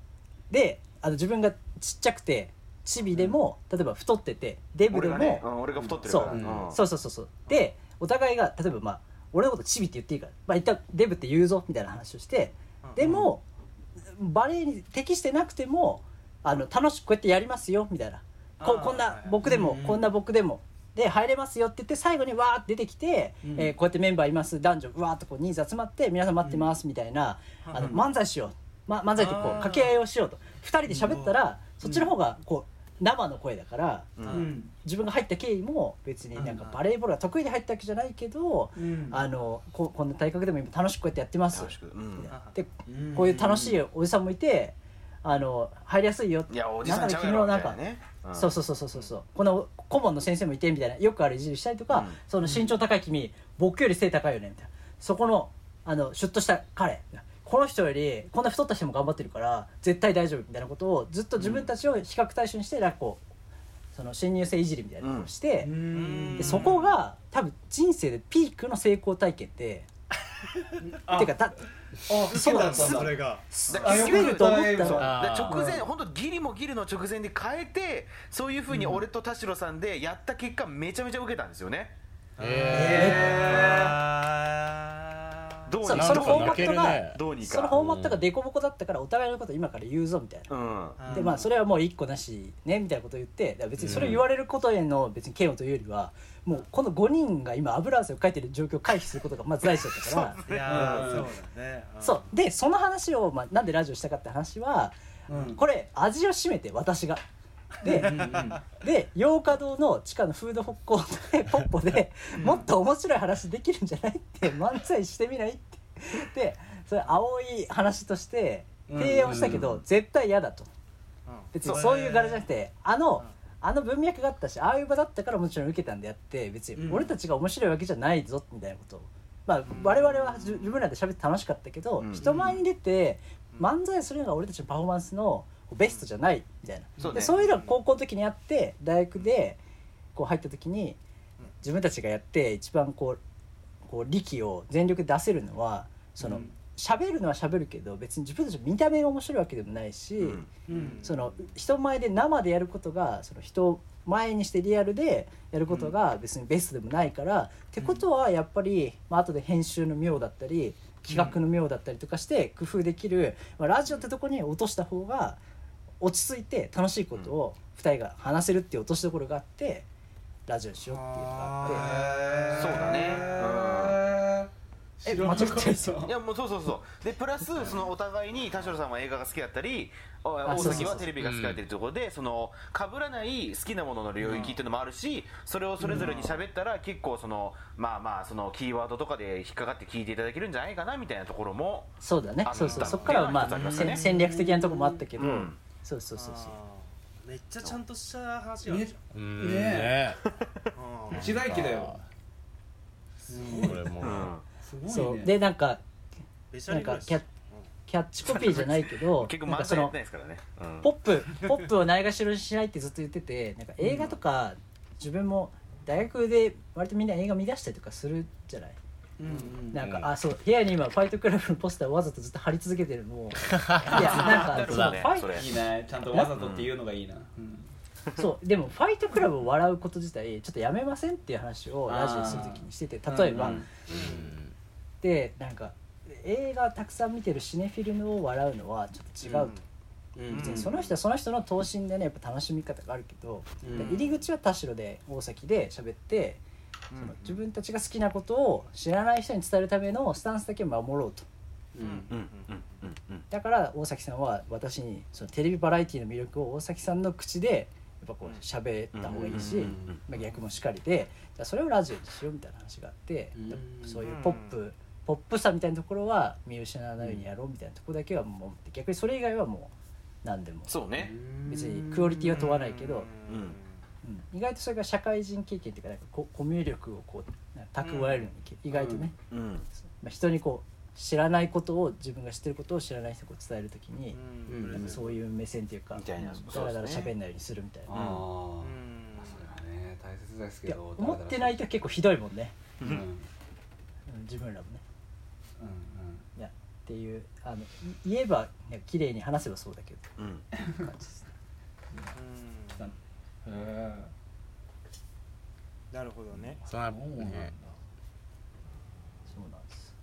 [SPEAKER 5] であの自分がちっちゃくてチビでも、例えば太っててデブで
[SPEAKER 4] 俺
[SPEAKER 5] も、
[SPEAKER 4] がねうん俺が太ってるから
[SPEAKER 5] そう
[SPEAKER 4] うん
[SPEAKER 5] そうそうそうそうでお互いが例えばまあ俺のことチビって言っていいから、まあ、一旦デブって言うぞみたいな話をしてでもバレエに適してなくてもあの楽しくこうやってやりますよみたいなこ
[SPEAKER 2] あー
[SPEAKER 5] こんな僕でも
[SPEAKER 1] うん
[SPEAKER 5] こんな僕でもで入れますよって言って最後にわーって出てきて、
[SPEAKER 1] うん
[SPEAKER 5] えーこうやってメンバーいます男女わーっとこう人数集まって皆さん待ってますみたいな、あの漫才しよう、ま、漫才ってこう
[SPEAKER 2] あー
[SPEAKER 5] 掛け合いをしようと2人で喋ったらそっちの方がこう生の声だから。
[SPEAKER 4] う
[SPEAKER 1] うんん
[SPEAKER 5] 自分が入った経緯も別になんか
[SPEAKER 2] うん
[SPEAKER 5] バレーボールが得意で入ったわけじゃないけど、
[SPEAKER 1] うん
[SPEAKER 5] あのここんな体格でも今楽しくこうやってやってます
[SPEAKER 4] 楽しくうん
[SPEAKER 5] で
[SPEAKER 1] うん
[SPEAKER 5] こういう楽しいおじさんもいてあの入りやすいよ
[SPEAKER 4] いやおじさんちゃうや
[SPEAKER 5] な
[SPEAKER 4] ろ
[SPEAKER 5] ん
[SPEAKER 4] み
[SPEAKER 5] か
[SPEAKER 4] た
[SPEAKER 5] 君の
[SPEAKER 4] いなねん
[SPEAKER 5] そうそうそうそうそうそうこの顧問の先生もいてみたいなよくあるいじりしたりとか、
[SPEAKER 4] うん
[SPEAKER 5] その身長高い君僕より背高いよねみたいなそこのあのシュッとした彼この人よりこんな太った人も頑張ってるから絶対大丈夫みたいなことをずっと自分たちを比較対象にしてなんかこうその侵入性いじりみたいなことをして、
[SPEAKER 2] ん
[SPEAKER 5] でそこが多分人生でピークの成功体験って
[SPEAKER 1] あ
[SPEAKER 5] てかた
[SPEAKER 1] あそうだったんだ
[SPEAKER 6] それが
[SPEAKER 4] あ
[SPEAKER 5] 気づけると思った
[SPEAKER 1] よ
[SPEAKER 5] ら
[SPEAKER 1] か
[SPEAKER 3] あー
[SPEAKER 4] 直前本当ギリもギリの直前で変えてそういうふうに俺と田代さんでやった結果めちゃめちゃ受けたんですよね
[SPEAKER 3] え
[SPEAKER 4] どう
[SPEAKER 5] そ
[SPEAKER 4] に
[SPEAKER 5] う
[SPEAKER 3] ー
[SPEAKER 5] その
[SPEAKER 4] ど
[SPEAKER 5] フ
[SPEAKER 4] うに
[SPEAKER 5] ォ
[SPEAKER 3] なんか
[SPEAKER 4] か
[SPEAKER 5] ーマット
[SPEAKER 3] 泣ける
[SPEAKER 5] が
[SPEAKER 3] ね
[SPEAKER 4] どうにか
[SPEAKER 5] そのフォーマットが凸凹だったからお互いのこと今から言うぞみたいな。
[SPEAKER 4] うん
[SPEAKER 5] でまあそれはもう一個なしねみたいなことを言ってだから別にそれを言われることへの別に嫌悪というよりはもうこの5人が今油汗をかいてる状況を回避することがまず大事だったから
[SPEAKER 6] いやー
[SPEAKER 1] う
[SPEAKER 6] そ
[SPEAKER 1] ん
[SPEAKER 6] うだねうん
[SPEAKER 5] そうでその話を、まあ、なんでラジオしたかって話は
[SPEAKER 1] うん
[SPEAKER 5] これ味を占めて 私が。
[SPEAKER 1] う
[SPEAKER 5] で
[SPEAKER 1] んうん
[SPEAKER 5] で洋華堂の地下のフードホッコでポッポでもっと面白い話できるんじゃないって漫才してみないってでそれ青い話として提案をしたけ
[SPEAKER 1] うん
[SPEAKER 5] ど、
[SPEAKER 1] うんうん
[SPEAKER 5] 絶対嫌だと。
[SPEAKER 6] うん
[SPEAKER 5] 別にそういう柄じゃなくてあの、あの文脈があったしああいう場だったからもちろん受けたんであって別に
[SPEAKER 1] うん
[SPEAKER 5] 俺たちが面白いわけじゃないぞみたいなことを、まあ、我々は自自分らで喋って楽しかったけど、
[SPEAKER 4] うん
[SPEAKER 5] 人前に出て漫才するのが俺たちのパフォーマンスのベストじゃないみたいな、
[SPEAKER 4] そうね
[SPEAKER 5] でそういうのが高校の時にやって大学でこう入った時に自分たちがやって一番こうこう力を全力で出せるのはその
[SPEAKER 1] うん
[SPEAKER 5] 喋、るのは喋るけど別に自分たちの見た目が面白いわけでもないし。
[SPEAKER 4] うん
[SPEAKER 1] うん
[SPEAKER 5] その人前で生でやることがその人を前にしてリアルでやることが別にベストでもないから、ってことはやっぱり、まあ後で編集の妙だったり企画の妙だったりとかして工夫できる、まあ、ラジオってとこに落とした方が落ち着いて楽しいことを2人が話せるっていう落としどころがあってラジオにしようっていうのがあって。
[SPEAKER 1] へー
[SPEAKER 4] そうだね
[SPEAKER 1] 知
[SPEAKER 5] え
[SPEAKER 1] らなか
[SPEAKER 5] 間違ってるぞ
[SPEAKER 4] いやもうそうそうそうでプラスそのお互いに田代さんは映画が好きだったりお
[SPEAKER 5] あ
[SPEAKER 4] 大
[SPEAKER 5] そうそ
[SPEAKER 4] 崎
[SPEAKER 5] うそう
[SPEAKER 4] はテレビが好きだったりということでその被らない好きなものの領域っていうのもあるしそれをそれぞれに喋ったら結構そのまあまあそのキーワードとかで引っかかって聞いていただけるんじゃないかなみたいなところも
[SPEAKER 5] そうだね
[SPEAKER 4] あ
[SPEAKER 5] そうそ
[SPEAKER 4] な
[SPEAKER 5] う
[SPEAKER 4] るほど
[SPEAKER 5] そっからはま
[SPEAKER 4] なる
[SPEAKER 5] あ
[SPEAKER 4] ほどね
[SPEAKER 5] 戦戦略的なとこもあったけど、
[SPEAKER 4] うん
[SPEAKER 5] そうそうそうそう
[SPEAKER 6] あーめっちゃちゃんとした話がある
[SPEAKER 1] ね
[SPEAKER 6] じ
[SPEAKER 3] ーうん
[SPEAKER 1] ね
[SPEAKER 3] ね
[SPEAKER 6] ゃんうん
[SPEAKER 1] 時代記だよすごい
[SPEAKER 3] これも
[SPEAKER 4] う
[SPEAKER 3] うん
[SPEAKER 1] すごいね
[SPEAKER 5] そうでなんか
[SPEAKER 6] べしゃ
[SPEAKER 5] な
[SPEAKER 6] り
[SPEAKER 5] ん
[SPEAKER 6] 暮
[SPEAKER 5] から
[SPEAKER 6] し
[SPEAKER 5] キャキャッチコピーじゃないけど
[SPEAKER 4] 結構
[SPEAKER 5] な
[SPEAKER 4] 漫
[SPEAKER 5] んかそ
[SPEAKER 4] 才やっ
[SPEAKER 5] の
[SPEAKER 4] てないですからねうん
[SPEAKER 5] ポップポップをないがしろにしないってずっと言っててなんか映画とか自分も大学で割とみんな映画見出したりとかするじゃない
[SPEAKER 1] うんうん
[SPEAKER 5] なんか、
[SPEAKER 3] うん
[SPEAKER 5] あそう部屋に今ファイトクラブのポスターをわざとずっと貼り続けてるのもいやなんか
[SPEAKER 4] そ
[SPEAKER 5] そうう
[SPEAKER 4] だね
[SPEAKER 5] ファイ
[SPEAKER 4] それ
[SPEAKER 1] いいねちゃんとわざとっていうのがいいなうん
[SPEAKER 5] そうでもファイトクラブを笑うこと自体ちょっとやめませんっていう話をラジオするときにしてて例えば、
[SPEAKER 1] うん
[SPEAKER 5] でなんか映画たくさん見てるシネフィルムを笑うのはちょっと違うと。
[SPEAKER 1] うん
[SPEAKER 5] 別にその人はその人の等身でねやっぱ楽しみ方があるけど、
[SPEAKER 1] うん
[SPEAKER 5] で入り口は田代で大崎で喋って、その自分たちが好きなことを知らない人に伝えるためのスタンスだけ守ろうと
[SPEAKER 1] うん
[SPEAKER 4] うんうんうんうん
[SPEAKER 5] だから大崎さんは私にそのテレビバラエティの魅力を大崎さんの口でやっぱこう喋った方がいいし、
[SPEAKER 4] うんうんうんうん
[SPEAKER 5] まあ、逆もしかりでじゃあそれをラジオにしようみたいな話があって、
[SPEAKER 1] うん
[SPEAKER 5] そういうポップ、ポップさみたいなところは見失わないようにやろうみたいなところだけはもう逆にそれ以外はもう何でも
[SPEAKER 4] そうね
[SPEAKER 5] 別にクオリティは問わないけど、
[SPEAKER 4] うん
[SPEAKER 5] うん意外とそれが社会人経験っていうかなんかこコミュ力をこうなんか蓄えるのにけ意外とね、
[SPEAKER 4] うん
[SPEAKER 5] まあ、人にこう知らないことを自分が知ってることを知らない人にこう伝えるときに、
[SPEAKER 6] うん
[SPEAKER 1] うん
[SPEAKER 5] なんかそういう目線っていうか
[SPEAKER 4] みたいな
[SPEAKER 5] うん
[SPEAKER 4] そ
[SPEAKER 5] だ
[SPEAKER 4] うで
[SPEAKER 5] ら
[SPEAKER 4] すね
[SPEAKER 5] だら喋んないようにするみたい
[SPEAKER 1] あ
[SPEAKER 5] な。
[SPEAKER 6] う
[SPEAKER 1] あ
[SPEAKER 6] ん
[SPEAKER 1] それはね大切ですけ
[SPEAKER 5] いや
[SPEAKER 1] ど
[SPEAKER 5] 思ってないと結構ひどいもんね、
[SPEAKER 1] うんうんうん
[SPEAKER 5] うん、自分らもねいやっていうあのい言えばね綺麗に話せばそうだけど
[SPEAKER 4] うん
[SPEAKER 5] って感じですね
[SPEAKER 6] うん
[SPEAKER 1] うんへ
[SPEAKER 6] なるほどね
[SPEAKER 3] そんな
[SPEAKER 1] そうなんだ
[SPEAKER 3] ね
[SPEAKER 5] そうなんです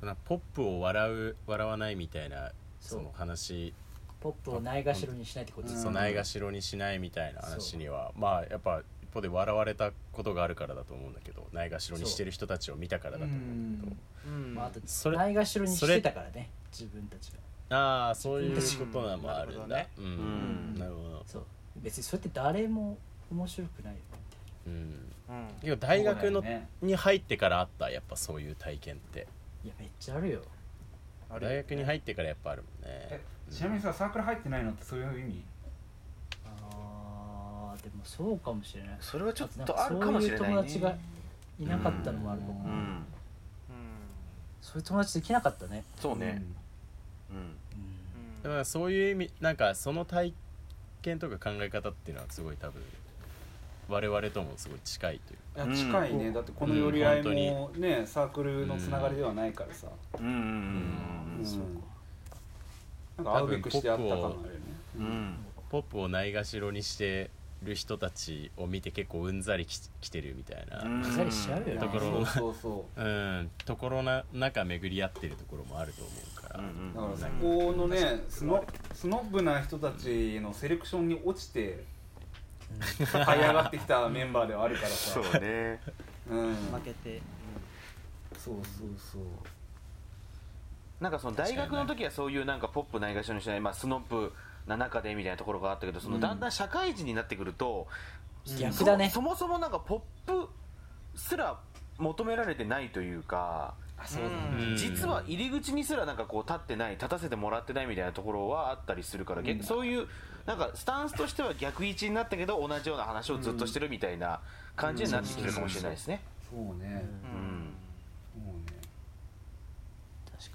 [SPEAKER 3] そんなポップを笑う笑わないみたいな
[SPEAKER 5] そう
[SPEAKER 3] その話
[SPEAKER 5] ポップをないがしろにしないってことです
[SPEAKER 3] そ
[SPEAKER 5] よ
[SPEAKER 3] う
[SPEAKER 5] ね
[SPEAKER 3] ないがしろにしないみたいな話にはまあやっぱ一方で笑われたことがあるからだと思うんだけどないがしろにしてる人たちを見たからだと思うんだけど
[SPEAKER 6] うん
[SPEAKER 5] まあ、あと
[SPEAKER 3] それ
[SPEAKER 5] ないがしろにしてたからね自分たちが
[SPEAKER 3] ああそういうことなのもある
[SPEAKER 6] うんんなる
[SPEAKER 3] だう
[SPEAKER 4] どね
[SPEAKER 3] ん
[SPEAKER 4] うん
[SPEAKER 3] なるほど
[SPEAKER 5] そう別にそれって誰も面白くないよねみ
[SPEAKER 3] うん
[SPEAKER 6] うん
[SPEAKER 3] 結構大学
[SPEAKER 1] そう
[SPEAKER 3] の
[SPEAKER 1] だよね
[SPEAKER 3] に入ってからあったやっぱそういう体験って
[SPEAKER 5] たいないやめっちゃあるよ
[SPEAKER 3] 大学に入ってからやっぱあるもんね
[SPEAKER 1] えちなみにさサークル入ってないのってそういう意味
[SPEAKER 5] あーでもそうかもしれない
[SPEAKER 4] それはちょっ
[SPEAKER 5] なん
[SPEAKER 4] とあるかもしれないね
[SPEAKER 5] そういう友達がいなかったのもあるかも、
[SPEAKER 4] う
[SPEAKER 6] う
[SPEAKER 4] ん
[SPEAKER 6] ん
[SPEAKER 5] そういう友達できなかったね、
[SPEAKER 4] そうね、うん
[SPEAKER 5] うん
[SPEAKER 3] だからそういう意味なんかその体験とか考え方っていうのはすごい多分我々ともすごい近いという
[SPEAKER 1] いや近いね、だってこの寄り合いもね、サークルのつながりではないからさ、
[SPEAKER 4] うんうん
[SPEAKER 1] なんか会うべくしてあった感があるよね
[SPEAKER 4] うんうん
[SPEAKER 3] ポップをないがしろにしてる人たちを見て結構うんざりききてるみたいな、
[SPEAKER 4] うん
[SPEAKER 5] ざりしちゃうよね
[SPEAKER 3] だから
[SPEAKER 1] そうそうそ
[SPEAKER 3] うんところな中巡り合ってるところもあると思うから、
[SPEAKER 4] うんうん
[SPEAKER 1] うだからそこのねスノスノブな人たちのセレクションに落ちて這い上がってきたメンバーではあるからさ
[SPEAKER 4] そうね
[SPEAKER 1] うん、
[SPEAKER 2] 負けて、
[SPEAKER 1] そうそうそう
[SPEAKER 4] なんかその大学の時はそういうなんかポップないがしろにしない、まあ、スノップな中でみたいなところがあったけどそのだんだん社会人になってくると、
[SPEAKER 5] 逆だね
[SPEAKER 4] そもそもなんかポップすら求められてないというか
[SPEAKER 1] あそうだね、
[SPEAKER 3] うん
[SPEAKER 4] 実は入り口にすらなんかこう立ってない立たせてもらってないみたいなところはあったりするから、逆そういうなんかスタンスとしては逆位置になったけど同じような話をずっとしてるみたいな感じになってきてるかもしれないですね。
[SPEAKER 1] そうね、
[SPEAKER 4] うん
[SPEAKER 1] そうね
[SPEAKER 5] 確か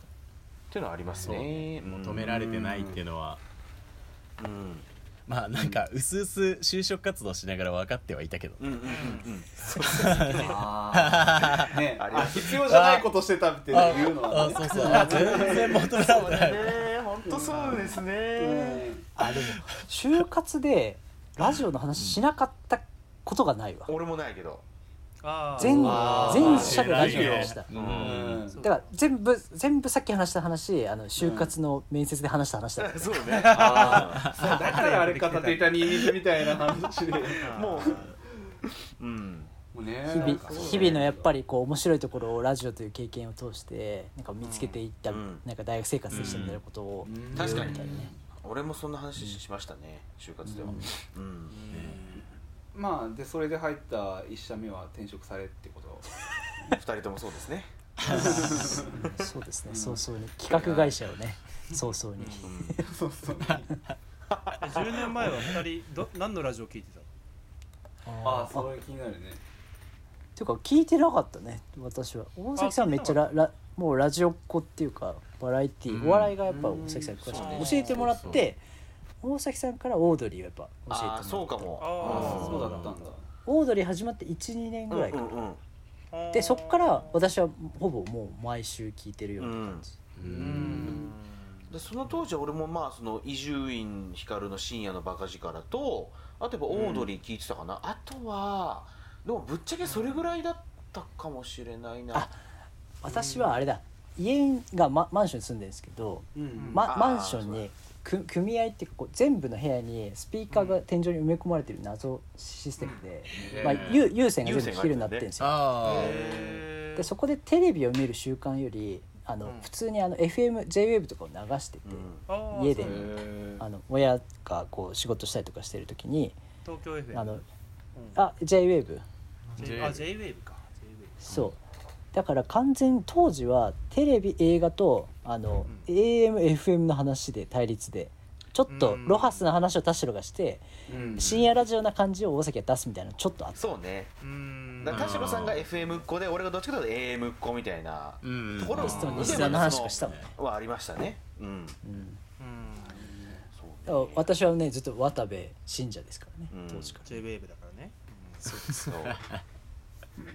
[SPEAKER 4] っていうのはあります
[SPEAKER 3] そう
[SPEAKER 4] ね
[SPEAKER 3] ね。求められてないっていうのは、
[SPEAKER 4] うんうん
[SPEAKER 3] まあなんか薄々就職活動しながら分かってはいたけど、
[SPEAKER 4] うんうんうん
[SPEAKER 1] あーね
[SPEAKER 4] ありが
[SPEAKER 1] あ
[SPEAKER 4] とう
[SPEAKER 1] 必要じゃないことしてたっていうのは
[SPEAKER 3] あ
[SPEAKER 1] ね
[SPEAKER 3] そうそうあ全然求めら れてない
[SPEAKER 4] ね本当そうですね。
[SPEAKER 5] あでも就活でラジオの話しなかったことがないわ
[SPEAKER 4] 俺もないけど。
[SPEAKER 2] ああ
[SPEAKER 5] 全
[SPEAKER 1] あー
[SPEAKER 5] 全社でラジオの話した
[SPEAKER 3] う
[SPEAKER 1] うんん
[SPEAKER 5] だから全部全部さっき話した話あの就活の面接で話した話だった、
[SPEAKER 4] そうね。
[SPEAKER 1] そうだからあれ片手板に水みたいな 話でも
[SPEAKER 4] もう。うん。
[SPEAKER 1] うね
[SPEAKER 5] 日
[SPEAKER 1] なんか
[SPEAKER 5] 々日々のやっぱりこう面白いところをラジオという経験を通してなんか見つけていった、
[SPEAKER 4] うん
[SPEAKER 5] なんか大学生活でしたみたいなことを、
[SPEAKER 1] うん
[SPEAKER 4] 確かに
[SPEAKER 5] 言うみたいね
[SPEAKER 4] 俺もそんな話しましたね。就活では。うん。
[SPEAKER 1] まあでそれで入った一社目は転職されってこと
[SPEAKER 4] 二人ともそうですね。
[SPEAKER 5] そうですね早々に企画会社をね早々に
[SPEAKER 1] そう そう
[SPEAKER 2] え10年前は二人ど何のラジオ聞いてたの
[SPEAKER 1] ああ
[SPEAKER 5] あ
[SPEAKER 1] それ気になるね
[SPEAKER 5] ていうか聞いてなかったね私は大崎さんはめっちゃララもうラジオっ子っていうかバラエティー、
[SPEAKER 3] うん
[SPEAKER 5] お笑いがやっぱ大崎さんに詳しく
[SPEAKER 4] うん
[SPEAKER 5] て教えてもらって大崎さんからオードリーをやっぱ教えてもら
[SPEAKER 4] あ
[SPEAKER 5] っ
[SPEAKER 4] あ、
[SPEAKER 5] た
[SPEAKER 4] そうか
[SPEAKER 1] あ
[SPEAKER 2] あ
[SPEAKER 4] も。
[SPEAKER 1] あそうだったんだ
[SPEAKER 5] オードリー始まって12年ぐらいか
[SPEAKER 4] う
[SPEAKER 5] ら、
[SPEAKER 4] んうんうん。
[SPEAKER 5] でそっから私はほぼもう毎週聞いてるような感じ、
[SPEAKER 1] うん
[SPEAKER 4] でその当時は俺もまあその伊集院光の深夜のバカ力とあとやっぱオードリー聞いてたかな、あとはでもぶっちゃけそれぐらいだったかもしれないな
[SPEAKER 5] あ私はあれだ家が、ま、マンションに住んでるんですけど、
[SPEAKER 1] うん
[SPEAKER 5] ま、
[SPEAKER 4] あー
[SPEAKER 5] マンションにく組合ってこう全部の部屋にスピーカーが天井に埋め込まれてる謎システムで、まあ、有有線が全部
[SPEAKER 4] 有線があるんだよね
[SPEAKER 5] 昼になってるんですよ、
[SPEAKER 3] あ
[SPEAKER 5] でそこでテレビを見る習慣よりあの、
[SPEAKER 2] うん
[SPEAKER 5] 普通にあの FMJWAVE とかを流してて、
[SPEAKER 4] う
[SPEAKER 5] 家で
[SPEAKER 1] へ
[SPEAKER 5] あの親がこう仕事したりとかしてる時に
[SPEAKER 2] 東京 FM
[SPEAKER 5] あの、あ JWAVE
[SPEAKER 2] J- あ J-WAVE か J-WAVE
[SPEAKER 5] そうだから完全に当時はテレビ映画とあの、AMFM の話で対立でちょっと
[SPEAKER 2] うん
[SPEAKER 5] ロハスの話を田代がして、
[SPEAKER 1] うん
[SPEAKER 5] 深夜ラジオな感じを大崎が出すみたいなのちょっとあっ
[SPEAKER 4] ん
[SPEAKER 5] た
[SPEAKER 4] そうね
[SPEAKER 2] うーん
[SPEAKER 4] だから田代さんが FM っ子で俺がどっちかというと AM っ子みたいな
[SPEAKER 3] ーうん
[SPEAKER 4] ところ
[SPEAKER 5] リスト
[SPEAKER 4] を
[SPEAKER 5] のリスナーの話とかしたもんね、
[SPEAKER 4] はありましたねうん
[SPEAKER 5] うん、
[SPEAKER 2] うん
[SPEAKER 5] だから私はねずっと渡部信者ですからね、
[SPEAKER 4] うん
[SPEAKER 5] 当時から
[SPEAKER 2] J-WAVE だからね
[SPEAKER 4] そ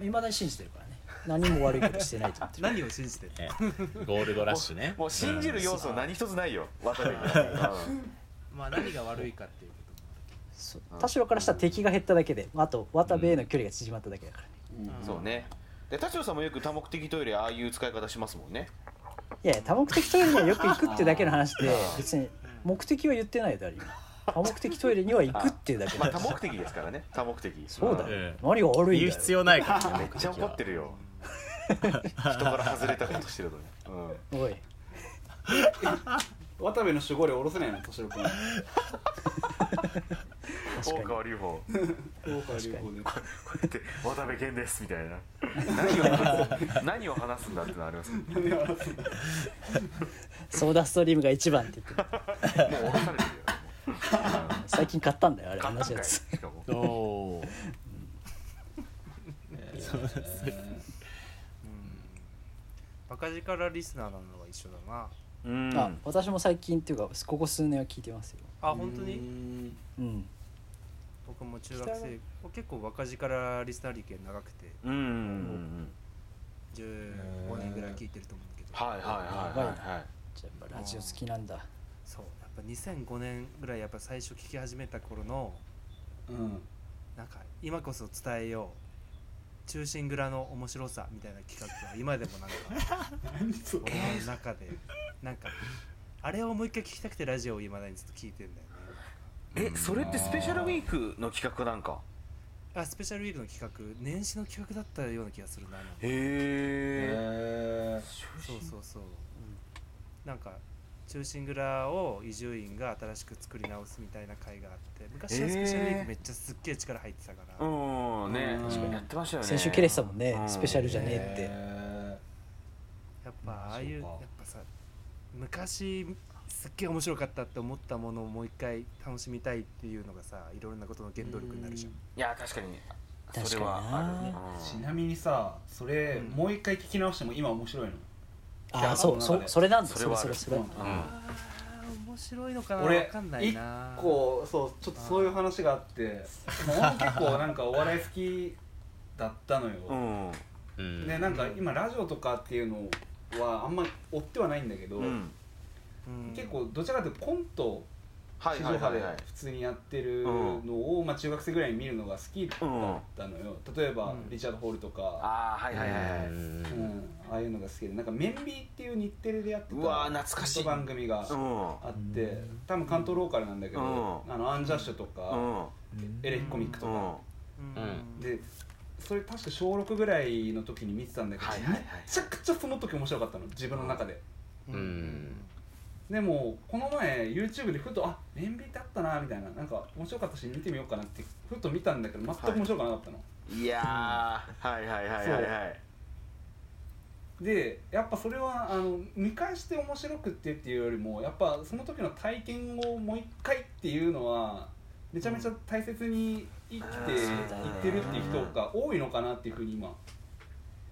[SPEAKER 4] う
[SPEAKER 5] いまだに信じてるからね何も悪いことしてないと思ってる
[SPEAKER 2] 何を信じてる
[SPEAKER 3] ねゴールドラッシュね
[SPEAKER 4] もう信じる要素何一つないよ渡辺君
[SPEAKER 2] まあ何が悪いかっていうことも
[SPEAKER 5] そう田代からしたら敵が減っただけであと渡部への距離が縮まっただけだから、
[SPEAKER 4] うん そうねで田代さんもよく多目的トイレああいう使い方しますもんね
[SPEAKER 5] いやいや多目的トイレにはよく行くってだけの話 で別に目的は言ってないよ誰にも多目的トイレには行くっていうだけ
[SPEAKER 4] まあ
[SPEAKER 5] だ
[SPEAKER 4] 多目的ですから ね多目的
[SPEAKER 5] そうだ
[SPEAKER 4] ん
[SPEAKER 5] よ、
[SPEAKER 3] ええ
[SPEAKER 5] 何が悪いんだ
[SPEAKER 3] 言う
[SPEAKER 5] よ
[SPEAKER 3] 必要ないから
[SPEAKER 4] めっちゃ怒ってる よ人から外れたことしてるのに、うん
[SPEAKER 5] おい
[SPEAKER 1] 渡部の守護霊下ろせないの敏郎君大川
[SPEAKER 4] 大川隆法こ
[SPEAKER 5] 確かに
[SPEAKER 1] 隆法で
[SPEAKER 4] うやって渡部健ですみたい な何を話す何を話すんだってのありますけど
[SPEAKER 5] ソーダストリームが一番って言ってる
[SPEAKER 4] もう降ろされてるよ
[SPEAKER 5] 最近買ったんだよあれ
[SPEAKER 4] 買っ
[SPEAKER 5] 同
[SPEAKER 4] た
[SPEAKER 5] じ
[SPEAKER 4] ん
[SPEAKER 5] や
[SPEAKER 4] かい
[SPEAKER 5] つ
[SPEAKER 4] しかも
[SPEAKER 3] おおー
[SPEAKER 1] そうですね
[SPEAKER 2] バカ力リスナーなのは一緒だな
[SPEAKER 4] うん
[SPEAKER 5] あ私も最近っていうかここ数年は聞いてますよ
[SPEAKER 2] あ本当に
[SPEAKER 1] に
[SPEAKER 5] うん
[SPEAKER 2] 僕も中学生結構バカ力リスナー歴が長くて
[SPEAKER 4] うんうん
[SPEAKER 2] 15年ぐらい聞いてると思うんだけど、
[SPEAKER 4] はいはいはいはいはい
[SPEAKER 5] じゃあやっぱラジオ好きなんだ
[SPEAKER 2] そうやっぱ2005年ぐらいやっぱ最初聞き始めた頃の
[SPEAKER 1] うん
[SPEAKER 2] なんか今こそ伝えよう中心蔵の面白さみたいな企画は今でもなんか俺の中 でなんかあれをもう一回聞きたくてラジオをいまだにずっと聞いてんだよね
[SPEAKER 4] えそれってスペシャルウィークの企画なんか
[SPEAKER 2] あスペシャルウィークの企画年始の企画だったような気がするななんか
[SPEAKER 4] へ
[SPEAKER 1] へ
[SPEAKER 4] え
[SPEAKER 1] え
[SPEAKER 2] そうそうそう、なんか中心蔵を伊集院が新しく作り直すみたいな回があって昔はスペシャルウィークめっちゃすっげえ力入ってたから、
[SPEAKER 4] うんね
[SPEAKER 1] うん
[SPEAKER 4] 確かにやってましたよね
[SPEAKER 5] 先週切れてたもんね、
[SPEAKER 4] うん
[SPEAKER 5] スペシャルじゃねえ
[SPEAKER 1] え
[SPEAKER 2] やっぱああいう
[SPEAKER 1] そ
[SPEAKER 2] や
[SPEAKER 1] う
[SPEAKER 2] っ
[SPEAKER 1] か
[SPEAKER 2] ぱさ昔すっげえ面白かったって思ったものをもう一回楽しみたいっていうのがさいろんなことの原動力になるじゃん
[SPEAKER 4] いや確かに
[SPEAKER 5] 確かにな
[SPEAKER 4] それはあ
[SPEAKER 1] ち
[SPEAKER 4] る
[SPEAKER 1] なみにさそれ、
[SPEAKER 2] うん
[SPEAKER 1] もう一回聞き直しても今面白いの
[SPEAKER 5] ってああそうそうそれなんだ
[SPEAKER 4] それは
[SPEAKER 5] それ
[SPEAKER 4] あ
[SPEAKER 5] そ
[SPEAKER 4] る
[SPEAKER 5] れそれ
[SPEAKER 4] うんうん
[SPEAKER 2] あー面白いのかな
[SPEAKER 1] 俺
[SPEAKER 2] わかんないな
[SPEAKER 1] 一個そうちょっとそういう話があってもう俺も結構なんかお笑い好きだったのよ、
[SPEAKER 4] うん
[SPEAKER 3] うん
[SPEAKER 1] でなんか今ラジオとかっていうのはあんまり追ってはないんだけど、
[SPEAKER 4] うん
[SPEAKER 2] うん
[SPEAKER 1] 結構どちらかというとコント
[SPEAKER 4] はい
[SPEAKER 1] 地
[SPEAKER 4] は
[SPEAKER 1] 上
[SPEAKER 4] いは
[SPEAKER 1] 波
[SPEAKER 4] い
[SPEAKER 1] で
[SPEAKER 4] はい
[SPEAKER 1] 普通にやってる
[SPEAKER 4] うん
[SPEAKER 1] のを、まあ、中学生ぐらいに見るのが好きだったのよ例えば、
[SPEAKER 2] うん
[SPEAKER 1] リチャード・ホールとか、
[SPEAKER 4] ああはいはいはいはい
[SPEAKER 3] うん
[SPEAKER 1] うんああいうのが好きでなんか「メンビー」っていう日テレでやって
[SPEAKER 4] うわー
[SPEAKER 1] た
[SPEAKER 4] 懐かしい
[SPEAKER 1] 番組が
[SPEAKER 4] うん
[SPEAKER 1] あって多分関東ローカルなんだけど、
[SPEAKER 4] うん
[SPEAKER 1] あのアンジャッシュとか、
[SPEAKER 4] うん
[SPEAKER 1] エレヒコミックと
[SPEAKER 4] うん
[SPEAKER 1] か、
[SPEAKER 2] うん
[SPEAKER 3] うん
[SPEAKER 1] でそれ確か小6ぐらいの時に見てたんだけど、
[SPEAKER 4] はいはいはい
[SPEAKER 1] めちゃくちゃその時面白かったの自分の中で。
[SPEAKER 2] うん
[SPEAKER 3] うん
[SPEAKER 1] でもこの前 YouTube でふとあ年引ってあったなみたいななんか面白かったし見てみようかなってふと見たんだけど全く面白くなかったの、
[SPEAKER 4] いやーはいはいはいはいはい
[SPEAKER 1] でやっぱそれはあの見返して面白くってっていうよりもやっぱその時の体験をもう一回っていうのはめちゃめちゃ大切に生きていってるっていう人が多いのかなっていうふうに今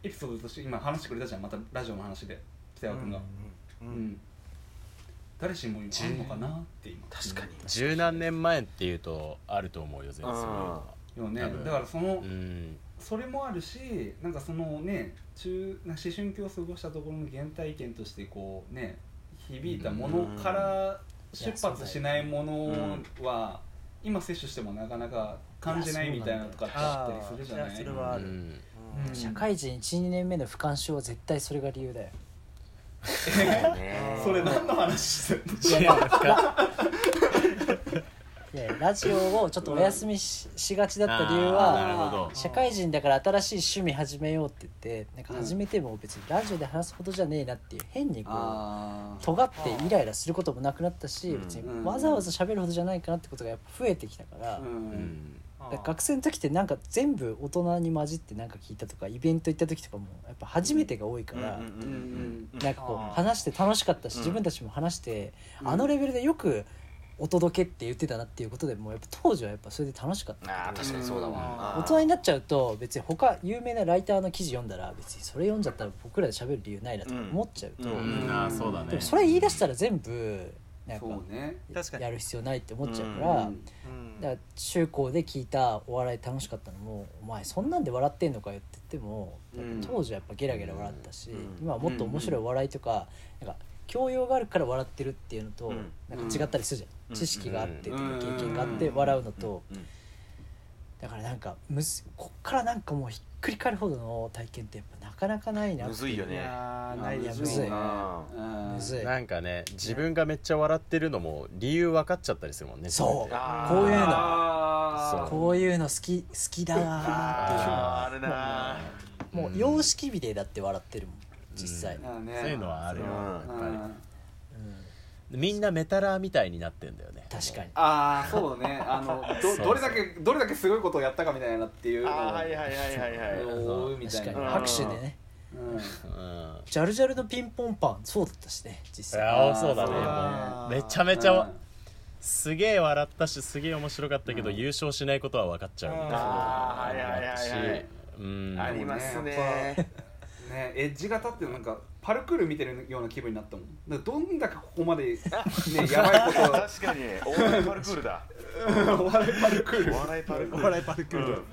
[SPEAKER 1] エピソードとして今話してくれたじゃんまたラジオの話で北山君が、
[SPEAKER 2] う
[SPEAKER 1] うん
[SPEAKER 2] ん
[SPEAKER 1] 誰しも今あるのかなって今
[SPEAKER 4] 確かに
[SPEAKER 3] 十何年前っていうとあると思うよ全然
[SPEAKER 4] うん
[SPEAKER 1] よね
[SPEAKER 3] 多分
[SPEAKER 1] だからその、
[SPEAKER 3] うん
[SPEAKER 1] それもあるしなんかそのね中な思春期を過ごしたところの原体験としてこうね響いたものから出発しないものは今摂取してもなかなか感じないみたいなとかってあったりするじゃない
[SPEAKER 2] いやそうなんだよあーいやそれはある
[SPEAKER 3] うん
[SPEAKER 1] うん
[SPEAKER 5] 社会人12年目の不感症は絶対それが理由だよ
[SPEAKER 4] ね
[SPEAKER 1] それ何の話してるの
[SPEAKER 5] いやいやいやラジオをちょっとお休みし,、がちだった理由
[SPEAKER 3] あーなるほ
[SPEAKER 5] は
[SPEAKER 3] ど
[SPEAKER 5] 社会人だから新しい趣味始めようって言ってなんか始めても別にラジオで話すほどじゃねえなっていう変にこう
[SPEAKER 1] あー
[SPEAKER 5] 尖ってイライラすることもなくなったし
[SPEAKER 4] うん
[SPEAKER 5] 別
[SPEAKER 1] うん
[SPEAKER 5] にわざわざ喋るほどじゃないかなってことがやっぱ増えてきたから
[SPEAKER 1] う
[SPEAKER 3] うんん
[SPEAKER 5] だから学生の時ってなんか全部大人に混じってなんか聞いたとかイベント行った時とかもやっぱ初めてが多いから。
[SPEAKER 1] うんうん
[SPEAKER 5] なんかこ
[SPEAKER 2] あー
[SPEAKER 5] う話して楽しかったし
[SPEAKER 4] うん
[SPEAKER 5] 自分たちも話して、
[SPEAKER 1] うん
[SPEAKER 5] あのレベルでよく「お届け」って言ってたなっていうことでもうやっぱ当時はやっぱそれで楽しかった
[SPEAKER 4] ああ確かにそうだわ
[SPEAKER 5] 大人になっちゃうと別に他有名なライターの記事読んだら別にそれ読んじゃったら僕らで喋る理由ないなとか思っちゃうと、
[SPEAKER 4] うんうん
[SPEAKER 3] うんあーそうだね
[SPEAKER 5] でもそれ言い出したら全部なんか
[SPEAKER 1] そうね
[SPEAKER 2] 確かに
[SPEAKER 5] やる必要ないって思っちゃう
[SPEAKER 1] う
[SPEAKER 5] から。
[SPEAKER 1] ん
[SPEAKER 2] うん
[SPEAKER 5] だから中高で聞いたお笑い楽しかったのも「お前そんなんで笑ってんのかよ」って言っても
[SPEAKER 1] うん
[SPEAKER 5] 当時はやっぱゲラゲラ笑ったし、
[SPEAKER 4] うん
[SPEAKER 5] 今はもっと面白い笑いとか,、なんか教養があるから笑ってるっていうのと、
[SPEAKER 4] うん
[SPEAKER 5] なんか違ったりするじゃん、
[SPEAKER 4] うん
[SPEAKER 5] 知識があってと
[SPEAKER 1] う
[SPEAKER 5] か
[SPEAKER 1] ん
[SPEAKER 5] 経験があって
[SPEAKER 1] うん
[SPEAKER 5] 笑うのと、
[SPEAKER 4] うん
[SPEAKER 5] だからなんかむずこっからなんかもうひっくり返るほどの体験ってやっぱなかなかないな
[SPEAKER 4] むずいよ
[SPEAKER 2] い
[SPEAKER 4] ね
[SPEAKER 2] やー
[SPEAKER 1] あ
[SPEAKER 2] ない
[SPEAKER 5] いや
[SPEAKER 2] です
[SPEAKER 5] むずい
[SPEAKER 1] うん
[SPEAKER 5] むずい
[SPEAKER 3] なんかね自分がめっちゃ笑ってるのも理由分かっちゃったりするもんね
[SPEAKER 5] そう
[SPEAKER 4] あー
[SPEAKER 5] こういうの
[SPEAKER 1] あー
[SPEAKER 3] そ
[SPEAKER 5] こういうの好き好きだなーっていう
[SPEAKER 4] あーあるな
[SPEAKER 5] もう様式美でだって笑ってるもん実際、
[SPEAKER 3] うん
[SPEAKER 1] あーね
[SPEAKER 3] そういうのはあるよ
[SPEAKER 4] うん
[SPEAKER 3] や
[SPEAKER 1] う
[SPEAKER 3] っぱ
[SPEAKER 1] ん
[SPEAKER 3] りみんなメタラーみたいになってんだよね
[SPEAKER 5] 確かに
[SPEAKER 1] ああそうねあの
[SPEAKER 3] そ
[SPEAKER 1] ど
[SPEAKER 3] うそう
[SPEAKER 1] どれだけどれだけすごいことをやったかみたいなっていう
[SPEAKER 4] あ
[SPEAKER 1] のを
[SPEAKER 4] あはいはいはいはいはい
[SPEAKER 1] を追うみた
[SPEAKER 5] 確
[SPEAKER 1] い
[SPEAKER 5] か
[SPEAKER 1] な
[SPEAKER 4] うん
[SPEAKER 5] に拍手でね
[SPEAKER 1] うん
[SPEAKER 3] うん
[SPEAKER 5] ジャルジャルのピンポンパンそうだったしね実際
[SPEAKER 3] ああそうだね
[SPEAKER 1] そう
[SPEAKER 3] も
[SPEAKER 1] だ
[SPEAKER 3] う
[SPEAKER 1] ね
[SPEAKER 3] めちゃめちゃ、
[SPEAKER 1] うん
[SPEAKER 3] すげえ笑ったしすげえ面白かったけど、優勝しないことは分かっちゃうみたい
[SPEAKER 4] あー
[SPEAKER 3] なのもあったし
[SPEAKER 4] はいはいはいはい
[SPEAKER 3] うん
[SPEAKER 4] ありますね
[SPEAKER 1] ねエッジが立ってなんかパルクール見てるような気分になったもんだからどんだけここまで、ね、 やばいこと
[SPEAKER 4] 確かにお笑いパルクールだ
[SPEAKER 1] お笑いパルクール
[SPEAKER 4] お笑いパルク
[SPEAKER 2] お
[SPEAKER 4] ール
[SPEAKER 2] 笑いパルクール、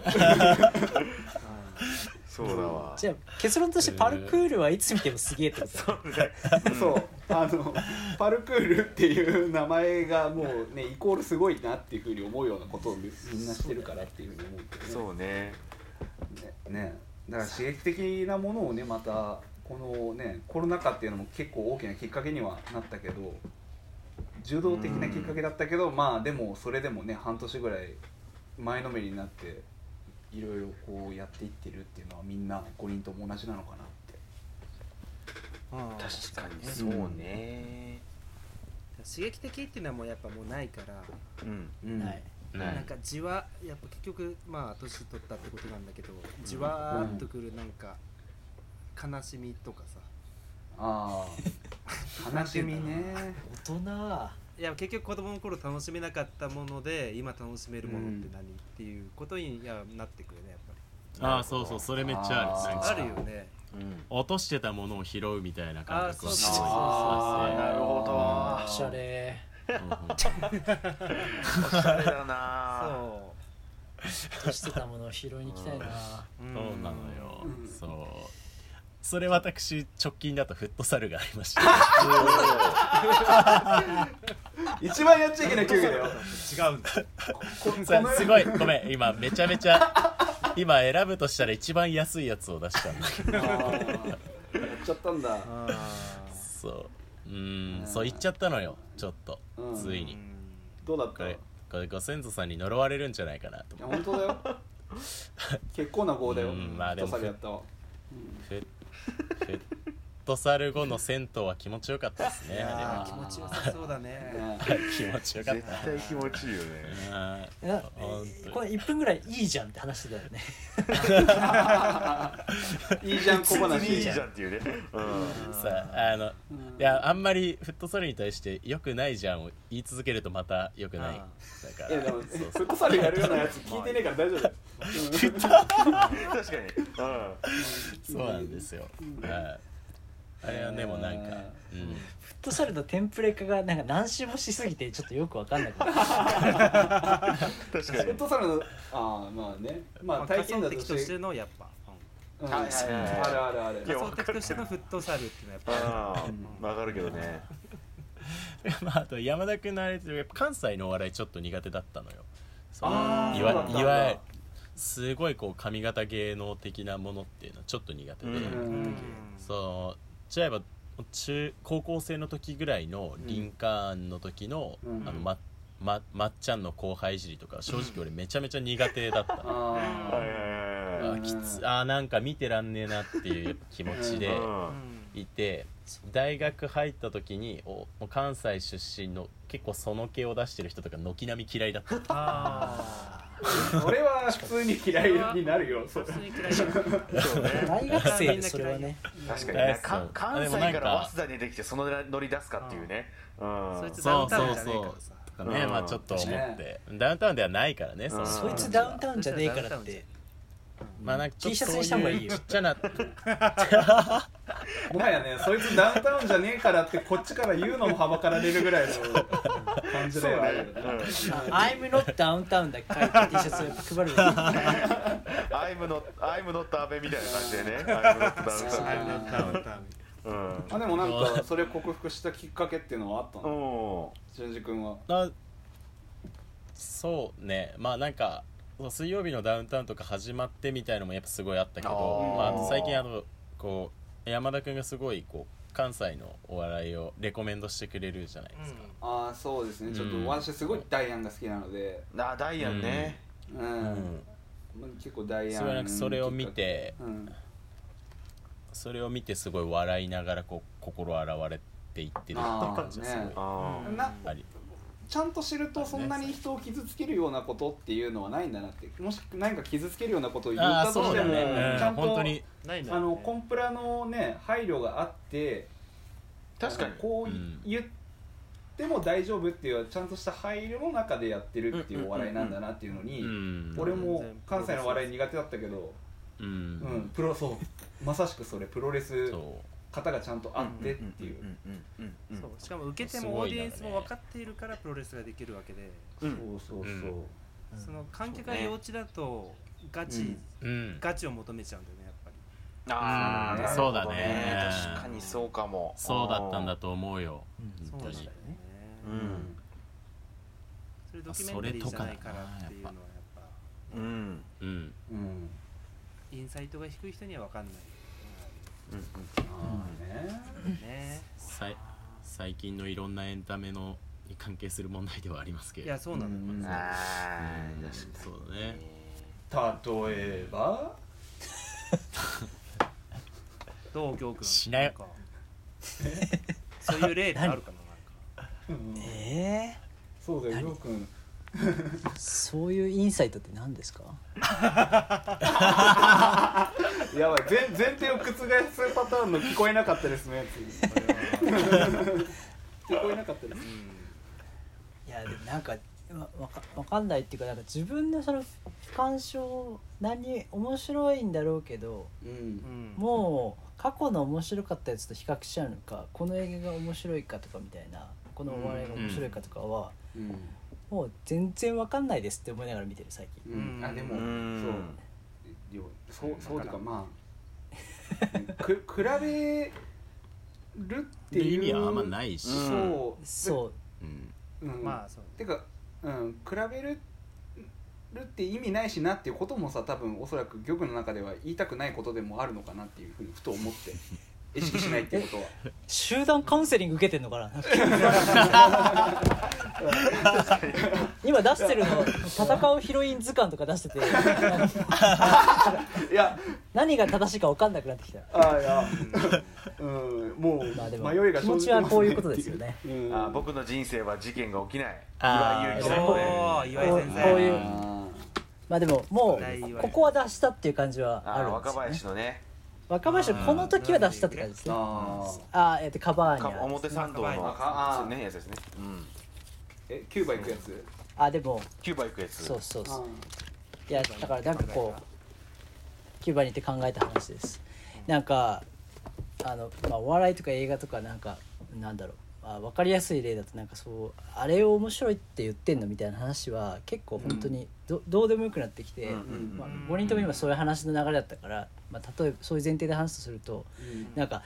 [SPEAKER 4] そうだわ
[SPEAKER 5] じゃあ結論としてパルクールはいつ見てもすげえってこと だね
[SPEAKER 1] そうあのパルクールっていう名前がもうねイコールすごいなっていうふうに思うようなことをみみんなしてるからっていうふうに思うけどね
[SPEAKER 4] そうね
[SPEAKER 1] ねねだから刺激的なものをねまたこのねコロナ禍っていうのも結構大きなきっかけにはなったけど柔道的なきっかけだったけど、まあでもそれでもね半年ぐらい前のめりになっていろいろこうやっていってるっていうのはみんな5人とも同じなのかなって
[SPEAKER 6] うん
[SPEAKER 4] 確かにそうね
[SPEAKER 2] 刺激的っていうのはもうやっぱもうないから、
[SPEAKER 4] うん
[SPEAKER 1] うん
[SPEAKER 5] はい
[SPEAKER 4] な
[SPEAKER 2] なん
[SPEAKER 4] い
[SPEAKER 2] かじわやっぱ結局まあ年取ったってことなんだけどじわーっとくるなんか悲しみとかさ
[SPEAKER 1] ああ悲しみね
[SPEAKER 5] 大人はい
[SPEAKER 2] や結局子供の頃楽しめなかったもので今楽しめるものって何、っていうことにいやなってくるねやっ
[SPEAKER 3] ああそうそうそれめっちゃあるなん
[SPEAKER 2] ぱ
[SPEAKER 3] か
[SPEAKER 2] りあるよね
[SPEAKER 4] うん
[SPEAKER 3] 落としてたものを拾うみたいな感覚
[SPEAKER 2] あーそう
[SPEAKER 3] は
[SPEAKER 2] そうそう
[SPEAKER 1] あーなるほど
[SPEAKER 5] あおしゃれ
[SPEAKER 4] おしゃれだな
[SPEAKER 2] そ
[SPEAKER 5] としてたものを拾いに行きたいな
[SPEAKER 2] う、うん
[SPEAKER 3] そうなのよ、
[SPEAKER 1] うん
[SPEAKER 3] そうそれ私直近だとフットサルがありました
[SPEAKER 1] 一番やっちゃいけない競技だよ
[SPEAKER 2] 違うんだ
[SPEAKER 1] ここ
[SPEAKER 3] さ
[SPEAKER 1] の
[SPEAKER 3] すごいごめん今めちゃめちゃ今選ぶとしたら一番安いやつを出したんだけ ど
[SPEAKER 1] あーやっちゃったんだ
[SPEAKER 3] そううーんそう言っちゃったのよちょっと
[SPEAKER 1] うん
[SPEAKER 3] ついに
[SPEAKER 1] どうだっ
[SPEAKER 3] こ
[SPEAKER 1] たい
[SPEAKER 3] れこれご先祖さんに呪われるんじゃないかなと思
[SPEAKER 1] や本当だ よ結構な号だよ
[SPEAKER 3] うんまあで
[SPEAKER 1] 太
[SPEAKER 3] も
[SPEAKER 1] さでやったわ
[SPEAKER 3] ってフッフットサル後の銭湯は気持ちよかったですねあ
[SPEAKER 2] 気持ちよさそうだね
[SPEAKER 1] ね
[SPEAKER 3] れは気持ちよかっ
[SPEAKER 4] 絶対気持ちいいよね
[SPEAKER 3] たな
[SPEAKER 5] えな
[SPEAKER 3] ほんと
[SPEAKER 5] これ1分ぐらいいいじゃんって話してたよね
[SPEAKER 1] いいじゃん小話
[SPEAKER 4] いいじゃんっていうねうん
[SPEAKER 3] さああの
[SPEAKER 1] うん
[SPEAKER 3] いやあんまりフットサルに対して「よくないじゃん」を言い続けるとまたよくない
[SPEAKER 2] あ
[SPEAKER 3] だか
[SPEAKER 1] いや
[SPEAKER 3] ら
[SPEAKER 1] でも
[SPEAKER 3] そう
[SPEAKER 1] フットサルやるようなやつ聞いてねえから大丈夫だよ
[SPEAKER 4] 確かにうん
[SPEAKER 3] そうなんですよ、はいあれはでもなんか、うん、
[SPEAKER 5] フットサルのテンプレ化がなんか何周もしすぎてちょっとよくわかんなくなった
[SPEAKER 1] フ
[SPEAKER 4] 確かに
[SPEAKER 1] ットサルのああまあねまあ体験だと
[SPEAKER 2] 仮想
[SPEAKER 1] し
[SPEAKER 2] 的として
[SPEAKER 1] て
[SPEAKER 2] のやっぱ、うん
[SPEAKER 1] うん
[SPEAKER 4] は
[SPEAKER 1] あ
[SPEAKER 4] いは
[SPEAKER 1] る
[SPEAKER 4] いはい
[SPEAKER 1] あるある
[SPEAKER 4] いや
[SPEAKER 2] 仮想的としてのフットサルっていうのはやっぱ
[SPEAKER 4] うんわかるけどね
[SPEAKER 3] まああと山田君のあれってやっぱ関西のお笑いちょっと苦手だったのよそ
[SPEAKER 1] あー
[SPEAKER 3] い
[SPEAKER 1] そうだ
[SPEAKER 3] わ
[SPEAKER 1] ったんだ
[SPEAKER 3] いわゆるすごいこう髪型芸能的なものっていうのはちょっと苦手で、
[SPEAKER 4] う
[SPEAKER 1] うん
[SPEAKER 3] そのじゃあやっぱ中高校生の時ぐらいのリンカーンの時の、
[SPEAKER 1] うん
[SPEAKER 3] あのまままっちゃんの後輩いじりとか正直俺めちゃめちゃ苦手だったの、
[SPEAKER 1] あ
[SPEAKER 4] はいはい
[SPEAKER 3] あ
[SPEAKER 4] はいはい
[SPEAKER 3] ーきつあーなんか見てらんねえなっていう気持ちで
[SPEAKER 4] うん
[SPEAKER 3] いて大学入った時におもう関西出身の結構その系を出してる人とか軒並み嫌いだった
[SPEAKER 2] あ
[SPEAKER 1] あ俺は普通に嫌いになるよ
[SPEAKER 2] あ
[SPEAKER 1] そ
[SPEAKER 2] 普
[SPEAKER 1] う
[SPEAKER 2] 通に嫌いだ
[SPEAKER 5] 大学生でそれはね
[SPEAKER 4] 確かにねか
[SPEAKER 3] そう
[SPEAKER 4] 関西
[SPEAKER 3] でもなん
[SPEAKER 4] か
[SPEAKER 3] から
[SPEAKER 4] 早稲田にできてその乗り出すかっていうねうん
[SPEAKER 2] そいつダ
[SPEAKER 3] そ
[SPEAKER 2] ウン
[SPEAKER 3] う
[SPEAKER 2] タウン
[SPEAKER 3] そう
[SPEAKER 2] じゃねえからさ
[SPEAKER 3] そうとかね、
[SPEAKER 4] うん
[SPEAKER 3] まあちょっと思って、ダウンタウンではないからねその
[SPEAKER 5] そいつダウンタウンじゃねえからって
[SPEAKER 3] まあなんかちょ
[SPEAKER 5] T
[SPEAKER 3] っ
[SPEAKER 5] シ
[SPEAKER 3] と
[SPEAKER 5] ャツ
[SPEAKER 3] そう
[SPEAKER 5] にした方が
[SPEAKER 3] い
[SPEAKER 5] いいうよ
[SPEAKER 3] ちっちゃな
[SPEAKER 1] もはやねそいつダウンタウンじゃねえからってこっちから言うのもはばかられるぐらいの感じだよね
[SPEAKER 5] 「I'm not downtown」だけ書いて T シャツ配る のに
[SPEAKER 4] アイムのアイムのった安倍みたいな感じでねアイムのったダウンタウンみたいな
[SPEAKER 2] ダウンタウン
[SPEAKER 4] うん
[SPEAKER 1] まあでもなんかそれを克服したきっかけっていうのはあったの
[SPEAKER 4] お
[SPEAKER 1] 純次君は
[SPEAKER 3] あそうねまあなんかそう水曜日のダウンタウンとか始まってみたいのもやっぱすごいあったけど
[SPEAKER 4] あー
[SPEAKER 3] まああと最近あのこう山田君がすごいこう関西のお笑いをレコメンドしてくれるじゃないですか、
[SPEAKER 1] ああそうですねちょっ
[SPEAKER 3] うん
[SPEAKER 1] と私すごいダイアンが好きなので
[SPEAKER 4] あダイアンね
[SPEAKER 1] うん、まあ結構ダイア
[SPEAKER 3] すごいなん
[SPEAKER 1] ン
[SPEAKER 3] かそれを見て
[SPEAKER 1] うん
[SPEAKER 3] それを見てすごい笑いながらこう心洗われていってるっていう感じがすごい
[SPEAKER 1] あーね
[SPEAKER 4] あ
[SPEAKER 2] うん
[SPEAKER 1] な
[SPEAKER 3] あり
[SPEAKER 1] ちゃんと知るとそんなに人を傷つけるようなことっていうのはないんだなってもし何か傷つけるようなことを言っ
[SPEAKER 3] あ
[SPEAKER 1] た
[SPEAKER 3] ー
[SPEAKER 1] と
[SPEAKER 3] そ
[SPEAKER 1] し
[SPEAKER 3] う
[SPEAKER 1] て
[SPEAKER 3] だ
[SPEAKER 1] も、
[SPEAKER 3] ね、うん
[SPEAKER 1] ちゃん
[SPEAKER 3] 本
[SPEAKER 1] と
[SPEAKER 3] 当に
[SPEAKER 2] ないんだ
[SPEAKER 1] あ
[SPEAKER 2] よね
[SPEAKER 1] のコンプラのね配慮があって
[SPEAKER 4] 確かに
[SPEAKER 1] こう
[SPEAKER 3] うん
[SPEAKER 1] 言っても大丈夫っていうちゃんとした配慮の中でやってるっていうお笑いなんだなっていうのに、
[SPEAKER 3] うん
[SPEAKER 1] 俺も関西のお笑い苦手だったけど、
[SPEAKER 3] う
[SPEAKER 1] うん
[SPEAKER 3] ん
[SPEAKER 1] プロそうまさしくそれプロレス
[SPEAKER 3] そう
[SPEAKER 1] 型がちゃんとあってっていう
[SPEAKER 2] そうしかも受けてもオーディエンスも分かっているからプロレスができるわけで、
[SPEAKER 1] そうそうそう、
[SPEAKER 2] その観客が幼稚だとガチ、
[SPEAKER 3] うん
[SPEAKER 2] ガチを求めちゃうんだよねやっぱり
[SPEAKER 4] ああ
[SPEAKER 3] そうだね
[SPEAKER 4] 確かにそうかも
[SPEAKER 3] そうだったんだと思うよ本
[SPEAKER 2] そう
[SPEAKER 3] 当
[SPEAKER 2] なんだ
[SPEAKER 3] に
[SPEAKER 2] よね、
[SPEAKER 4] うん
[SPEAKER 2] それドキュメンタリーじゃないからっていうのはやっぱ
[SPEAKER 4] うんうん
[SPEAKER 3] う
[SPEAKER 1] う
[SPEAKER 3] ん
[SPEAKER 1] ん
[SPEAKER 2] インサイトが低い人には分かんない
[SPEAKER 4] うん
[SPEAKER 1] ああね
[SPEAKER 2] ね
[SPEAKER 3] さい最近のいろんなエンタメのに関係する問題ではありますけ
[SPEAKER 2] い
[SPEAKER 3] れど
[SPEAKER 2] やそうなのよ、
[SPEAKER 1] うん
[SPEAKER 4] ああ
[SPEAKER 3] うんそうだね
[SPEAKER 1] 例えば
[SPEAKER 2] どう行くん
[SPEAKER 3] しない
[SPEAKER 2] んかそういう例ってあるかな
[SPEAKER 1] うん
[SPEAKER 5] え
[SPEAKER 1] そうだよりょうくん
[SPEAKER 5] ー、そういうインサイトって何ですか
[SPEAKER 1] やばい前前提を覆すパターンの聞こえなかったですね っていうこれは聞こえなかったですね
[SPEAKER 5] いやでもなんかわわかわかんないっていうかなんか自分のその鑑賞何面白いんだろうけど
[SPEAKER 1] う
[SPEAKER 2] うんん
[SPEAKER 5] もう過去の面白かったやつと比較しちゃうのかこの映画が面白いかとかみたいなこのお笑いが面白いかとかは、
[SPEAKER 1] うん
[SPEAKER 5] もう全然わかんないですって思いながら見てる最近
[SPEAKER 1] うん、あでも、
[SPEAKER 4] うん
[SPEAKER 1] そうよそうそうというかまあく 比べるっていう
[SPEAKER 3] 意味はあんまないし、
[SPEAKER 1] そう、
[SPEAKER 5] そう
[SPEAKER 3] うん
[SPEAKER 1] う、うん、
[SPEAKER 2] まあそう
[SPEAKER 1] てか、うん、比べるるって意味ないしなっていうこともさ多分おそらく玉の中では言いたくないことでもあるのかなっていうふうにふと思 って意識しないっていうことは
[SPEAKER 5] 集団カウンセリング受けてんのかな 今出してるの戦うヒロイン図鑑とか出してて
[SPEAKER 1] いや
[SPEAKER 5] 何が正しいか分かんなくなってきた
[SPEAKER 1] あいや、うん、もう
[SPEAKER 5] まあでも
[SPEAKER 1] 迷いが
[SPEAKER 5] 気
[SPEAKER 1] 生
[SPEAKER 5] 持
[SPEAKER 1] じ
[SPEAKER 5] ち
[SPEAKER 1] てますね
[SPEAKER 5] はこういうことですよね
[SPEAKER 1] っていう、うん、
[SPEAKER 4] あー僕の人生は事件が起きない
[SPEAKER 3] あー
[SPEAKER 4] 岩井
[SPEAKER 2] お
[SPEAKER 4] 勇
[SPEAKER 2] おー岩井先
[SPEAKER 4] 気の
[SPEAKER 2] 生
[SPEAKER 5] こういう
[SPEAKER 1] あ
[SPEAKER 5] まあでもも
[SPEAKER 2] ないわよ
[SPEAKER 5] うここは出したっていう感じは
[SPEAKER 4] あー
[SPEAKER 5] あるんで
[SPEAKER 4] 若
[SPEAKER 5] すよ、ね
[SPEAKER 4] 林、のね
[SPEAKER 5] 若林のこの時は出したって感じです
[SPEAKER 1] ー
[SPEAKER 5] ね
[SPEAKER 1] あー
[SPEAKER 5] あーえっとカバーニ
[SPEAKER 4] か
[SPEAKER 5] ャ
[SPEAKER 4] 表参道の
[SPEAKER 1] あ
[SPEAKER 4] そうねやつですねうん
[SPEAKER 1] えキューバ行くやつ
[SPEAKER 5] あでも
[SPEAKER 4] キューバ行くやつ
[SPEAKER 5] そうそう
[SPEAKER 1] あ
[SPEAKER 5] そういやだからなんかこうキューバに行って考えた話ですなんかあの、まあ、お笑いとか映画とかなんかなんだろう、まあ、分かりやすい例だとなんかそうあれを面白いって言ってんのみたいな話は結構本当にど,、どうでもよくなってきて、
[SPEAKER 4] う
[SPEAKER 1] う
[SPEAKER 4] ん
[SPEAKER 1] ん
[SPEAKER 5] まあ、5人とも今そういう話の流れだったから、まあ、例えばそういう前提で話すとすると
[SPEAKER 1] うん
[SPEAKER 5] なんか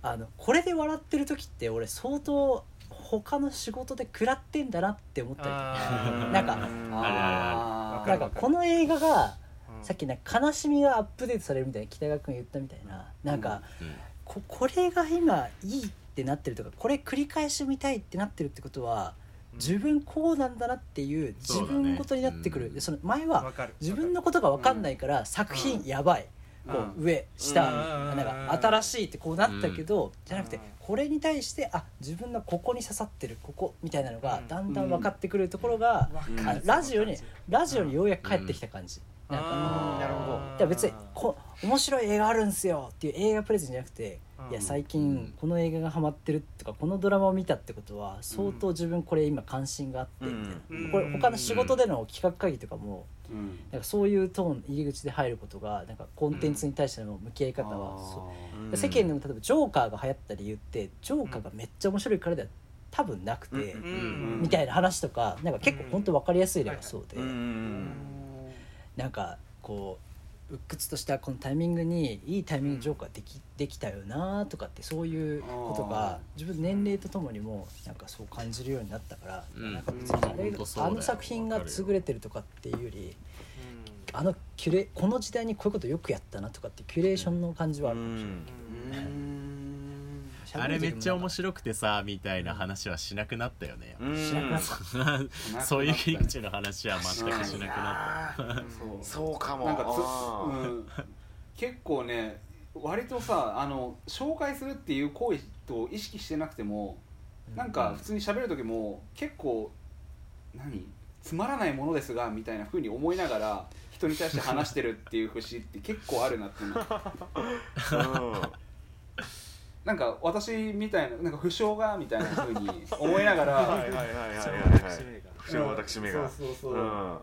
[SPEAKER 5] あのこれで笑ってる時って俺相当他の仕事で食らってんだなって思ったりとか
[SPEAKER 2] あー
[SPEAKER 5] なんか
[SPEAKER 1] あ
[SPEAKER 5] な
[SPEAKER 1] ー
[SPEAKER 5] んかこの映画が
[SPEAKER 2] うん
[SPEAKER 5] さっきなんか悲しみがアップデートされるみたいな北川君が言ったみたいななんか
[SPEAKER 3] うん
[SPEAKER 5] ここれが今いいってなってるとかこれ繰り返し見たいってなってるってことは自分こうなんだなっていう
[SPEAKER 3] そ
[SPEAKER 5] 自
[SPEAKER 3] うだね
[SPEAKER 5] 分ごとになってく
[SPEAKER 3] う
[SPEAKER 5] る
[SPEAKER 3] ん
[SPEAKER 5] でその前
[SPEAKER 2] わ
[SPEAKER 5] は
[SPEAKER 2] かる
[SPEAKER 5] 自分のことが分かんないから作品やばいこう上下
[SPEAKER 2] うん
[SPEAKER 5] なんか新しいってこうなったけどじゃなくてこれに対してあ自分のここに刺さってるここみたいなのが
[SPEAKER 2] うん
[SPEAKER 5] だんだん分かってくるところが
[SPEAKER 4] うん
[SPEAKER 5] あラジオに
[SPEAKER 2] そ
[SPEAKER 5] ラジオにようやく帰ってきた感じ、なん
[SPEAKER 2] あ
[SPEAKER 5] か
[SPEAKER 2] ー
[SPEAKER 4] なるほど
[SPEAKER 5] だから別にこ面白い映画あるんすよっていう映画プレゼンじゃなくて、
[SPEAKER 2] うん
[SPEAKER 5] いや最
[SPEAKER 3] うん
[SPEAKER 5] 近この映画がハマってるとかこのドラマを見たってことは相当自分これ今関心があってみたいな、
[SPEAKER 2] うん
[SPEAKER 5] これ他の仕事での企画会議とかも
[SPEAKER 1] うん
[SPEAKER 5] なんかそういうトーン入り口で入ることがなんかコンテンツに対しての向き合い方は、そうう世間でも例えばジョーカーが流行った理由ってジョーカーがめっちゃ面白いからでは多分なくて。
[SPEAKER 4] うん
[SPEAKER 1] ん
[SPEAKER 5] みたいな話とかなんか結構本当分かりやすい例がそうで、
[SPEAKER 4] うん
[SPEAKER 5] なんかこう鬱屈としたこのタイミングにいいタイミングでジョーカーでき,、できたよなとかってそういうこと
[SPEAKER 1] あー
[SPEAKER 5] が自分の年齢とともにもなんかそう感じるようになったから、
[SPEAKER 3] うん
[SPEAKER 5] なんか別にあ
[SPEAKER 3] う
[SPEAKER 5] れ
[SPEAKER 3] ん本当そうだ
[SPEAKER 5] あ
[SPEAKER 3] よ
[SPEAKER 5] の作品が優れてるとかっていうより
[SPEAKER 2] う
[SPEAKER 5] あのキュレこの時代にこういうことよくやったなとかっていうキュレーションの感じはあるかもしれない。
[SPEAKER 1] うん
[SPEAKER 3] あれめっちゃ面
[SPEAKER 5] い
[SPEAKER 3] 白くてさみたいな話はしなくなったよね、
[SPEAKER 4] うん
[SPEAKER 5] 知らなかっ た
[SPEAKER 3] そういう切り口の話は全くしなくなっ
[SPEAKER 1] そう
[SPEAKER 4] そうかも
[SPEAKER 1] なんか
[SPEAKER 4] あ
[SPEAKER 1] つ、う
[SPEAKER 4] ー
[SPEAKER 1] ん、結構ね割とさあの紹介するっていう行為と意識してなくてもなんか普通に喋る時も結構何つまらないものですがみたいなふうに思いながら人に対して話してるっていう節って結構あるなっていうのなんか私みたいななんか不詳がみたいなふうに思いながら
[SPEAKER 4] はいはいはいはいはいはい
[SPEAKER 2] 目が
[SPEAKER 4] 私めが
[SPEAKER 1] そうそうそう、
[SPEAKER 4] うん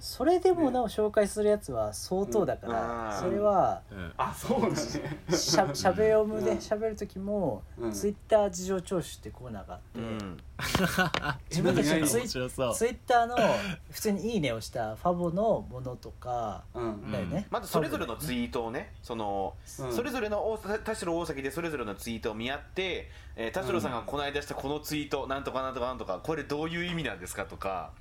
[SPEAKER 5] それでもなお紹介するやつは相当だから、
[SPEAKER 4] うん
[SPEAKER 5] それは
[SPEAKER 3] うん
[SPEAKER 1] あそうなんですね
[SPEAKER 5] し ゃしゃべおむ
[SPEAKER 1] う
[SPEAKER 5] で
[SPEAKER 1] ん
[SPEAKER 5] 喋る時も、
[SPEAKER 1] うん
[SPEAKER 5] ツイッター事情聴取ってコーナーがあっ
[SPEAKER 4] う
[SPEAKER 5] て、
[SPEAKER 4] ん
[SPEAKER 5] 自分たちのツイ
[SPEAKER 3] 面白そう
[SPEAKER 5] ツイッターの普通に「いいね」をしたファボのものとか
[SPEAKER 1] うん
[SPEAKER 5] だよね、
[SPEAKER 4] まずそれぞれのツイートをねその、
[SPEAKER 1] うん
[SPEAKER 4] それぞれの大田代大崎でそれぞれのツイートを見合って、えー、田代さんがこの間したこのツイート、なんとかなんとかなんとかこれどういう意味なんですかとか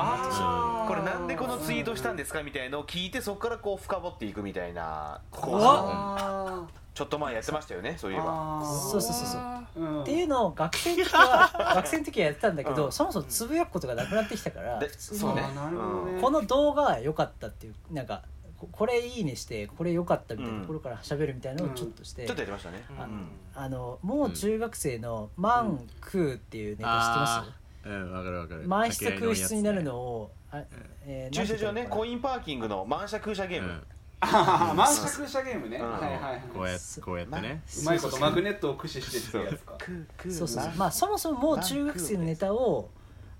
[SPEAKER 1] あー
[SPEAKER 4] これなんでこのツイートしたんですかみたいのを聞いてそこからこう深掘っていくみたいなこう
[SPEAKER 1] あ
[SPEAKER 4] ちょっと前やってましたよねそういえ
[SPEAKER 1] ー
[SPEAKER 4] ば
[SPEAKER 1] あー
[SPEAKER 5] そうそうそうそう
[SPEAKER 1] うん
[SPEAKER 5] っていうのを学生の時は学生の時はやってたんだけど、そもそもつぶやくことがなくなってきたから
[SPEAKER 4] でそうね
[SPEAKER 1] あーなるほどね
[SPEAKER 5] この動画は良かったっていうなんかここれいいねしてこれ良かったみたいなところから喋るみたいなのをちょっとして、
[SPEAKER 4] うんちょっとやってましたね
[SPEAKER 2] うん
[SPEAKER 5] あの
[SPEAKER 4] うん
[SPEAKER 5] あのもう中学生の「マンクー」っていうネタ
[SPEAKER 3] あ
[SPEAKER 5] 知ってます
[SPEAKER 3] ーうんわかるわかる
[SPEAKER 5] 満室空室になるのを、あえー
[SPEAKER 4] 駐車場ね
[SPEAKER 5] なんて言ったらいいのかな
[SPEAKER 4] コインパーキングの満車空車ゲー
[SPEAKER 3] う
[SPEAKER 4] ム
[SPEAKER 3] ん、
[SPEAKER 1] ああ満車空車ゲームね、
[SPEAKER 4] うん
[SPEAKER 1] はいはいはい
[SPEAKER 3] こうやっ
[SPEAKER 5] す
[SPEAKER 3] こうやってね
[SPEAKER 1] うまいことマグネットを駆使してっていうやつか
[SPEAKER 5] そうそうそうまあそもそももう中学生のネタを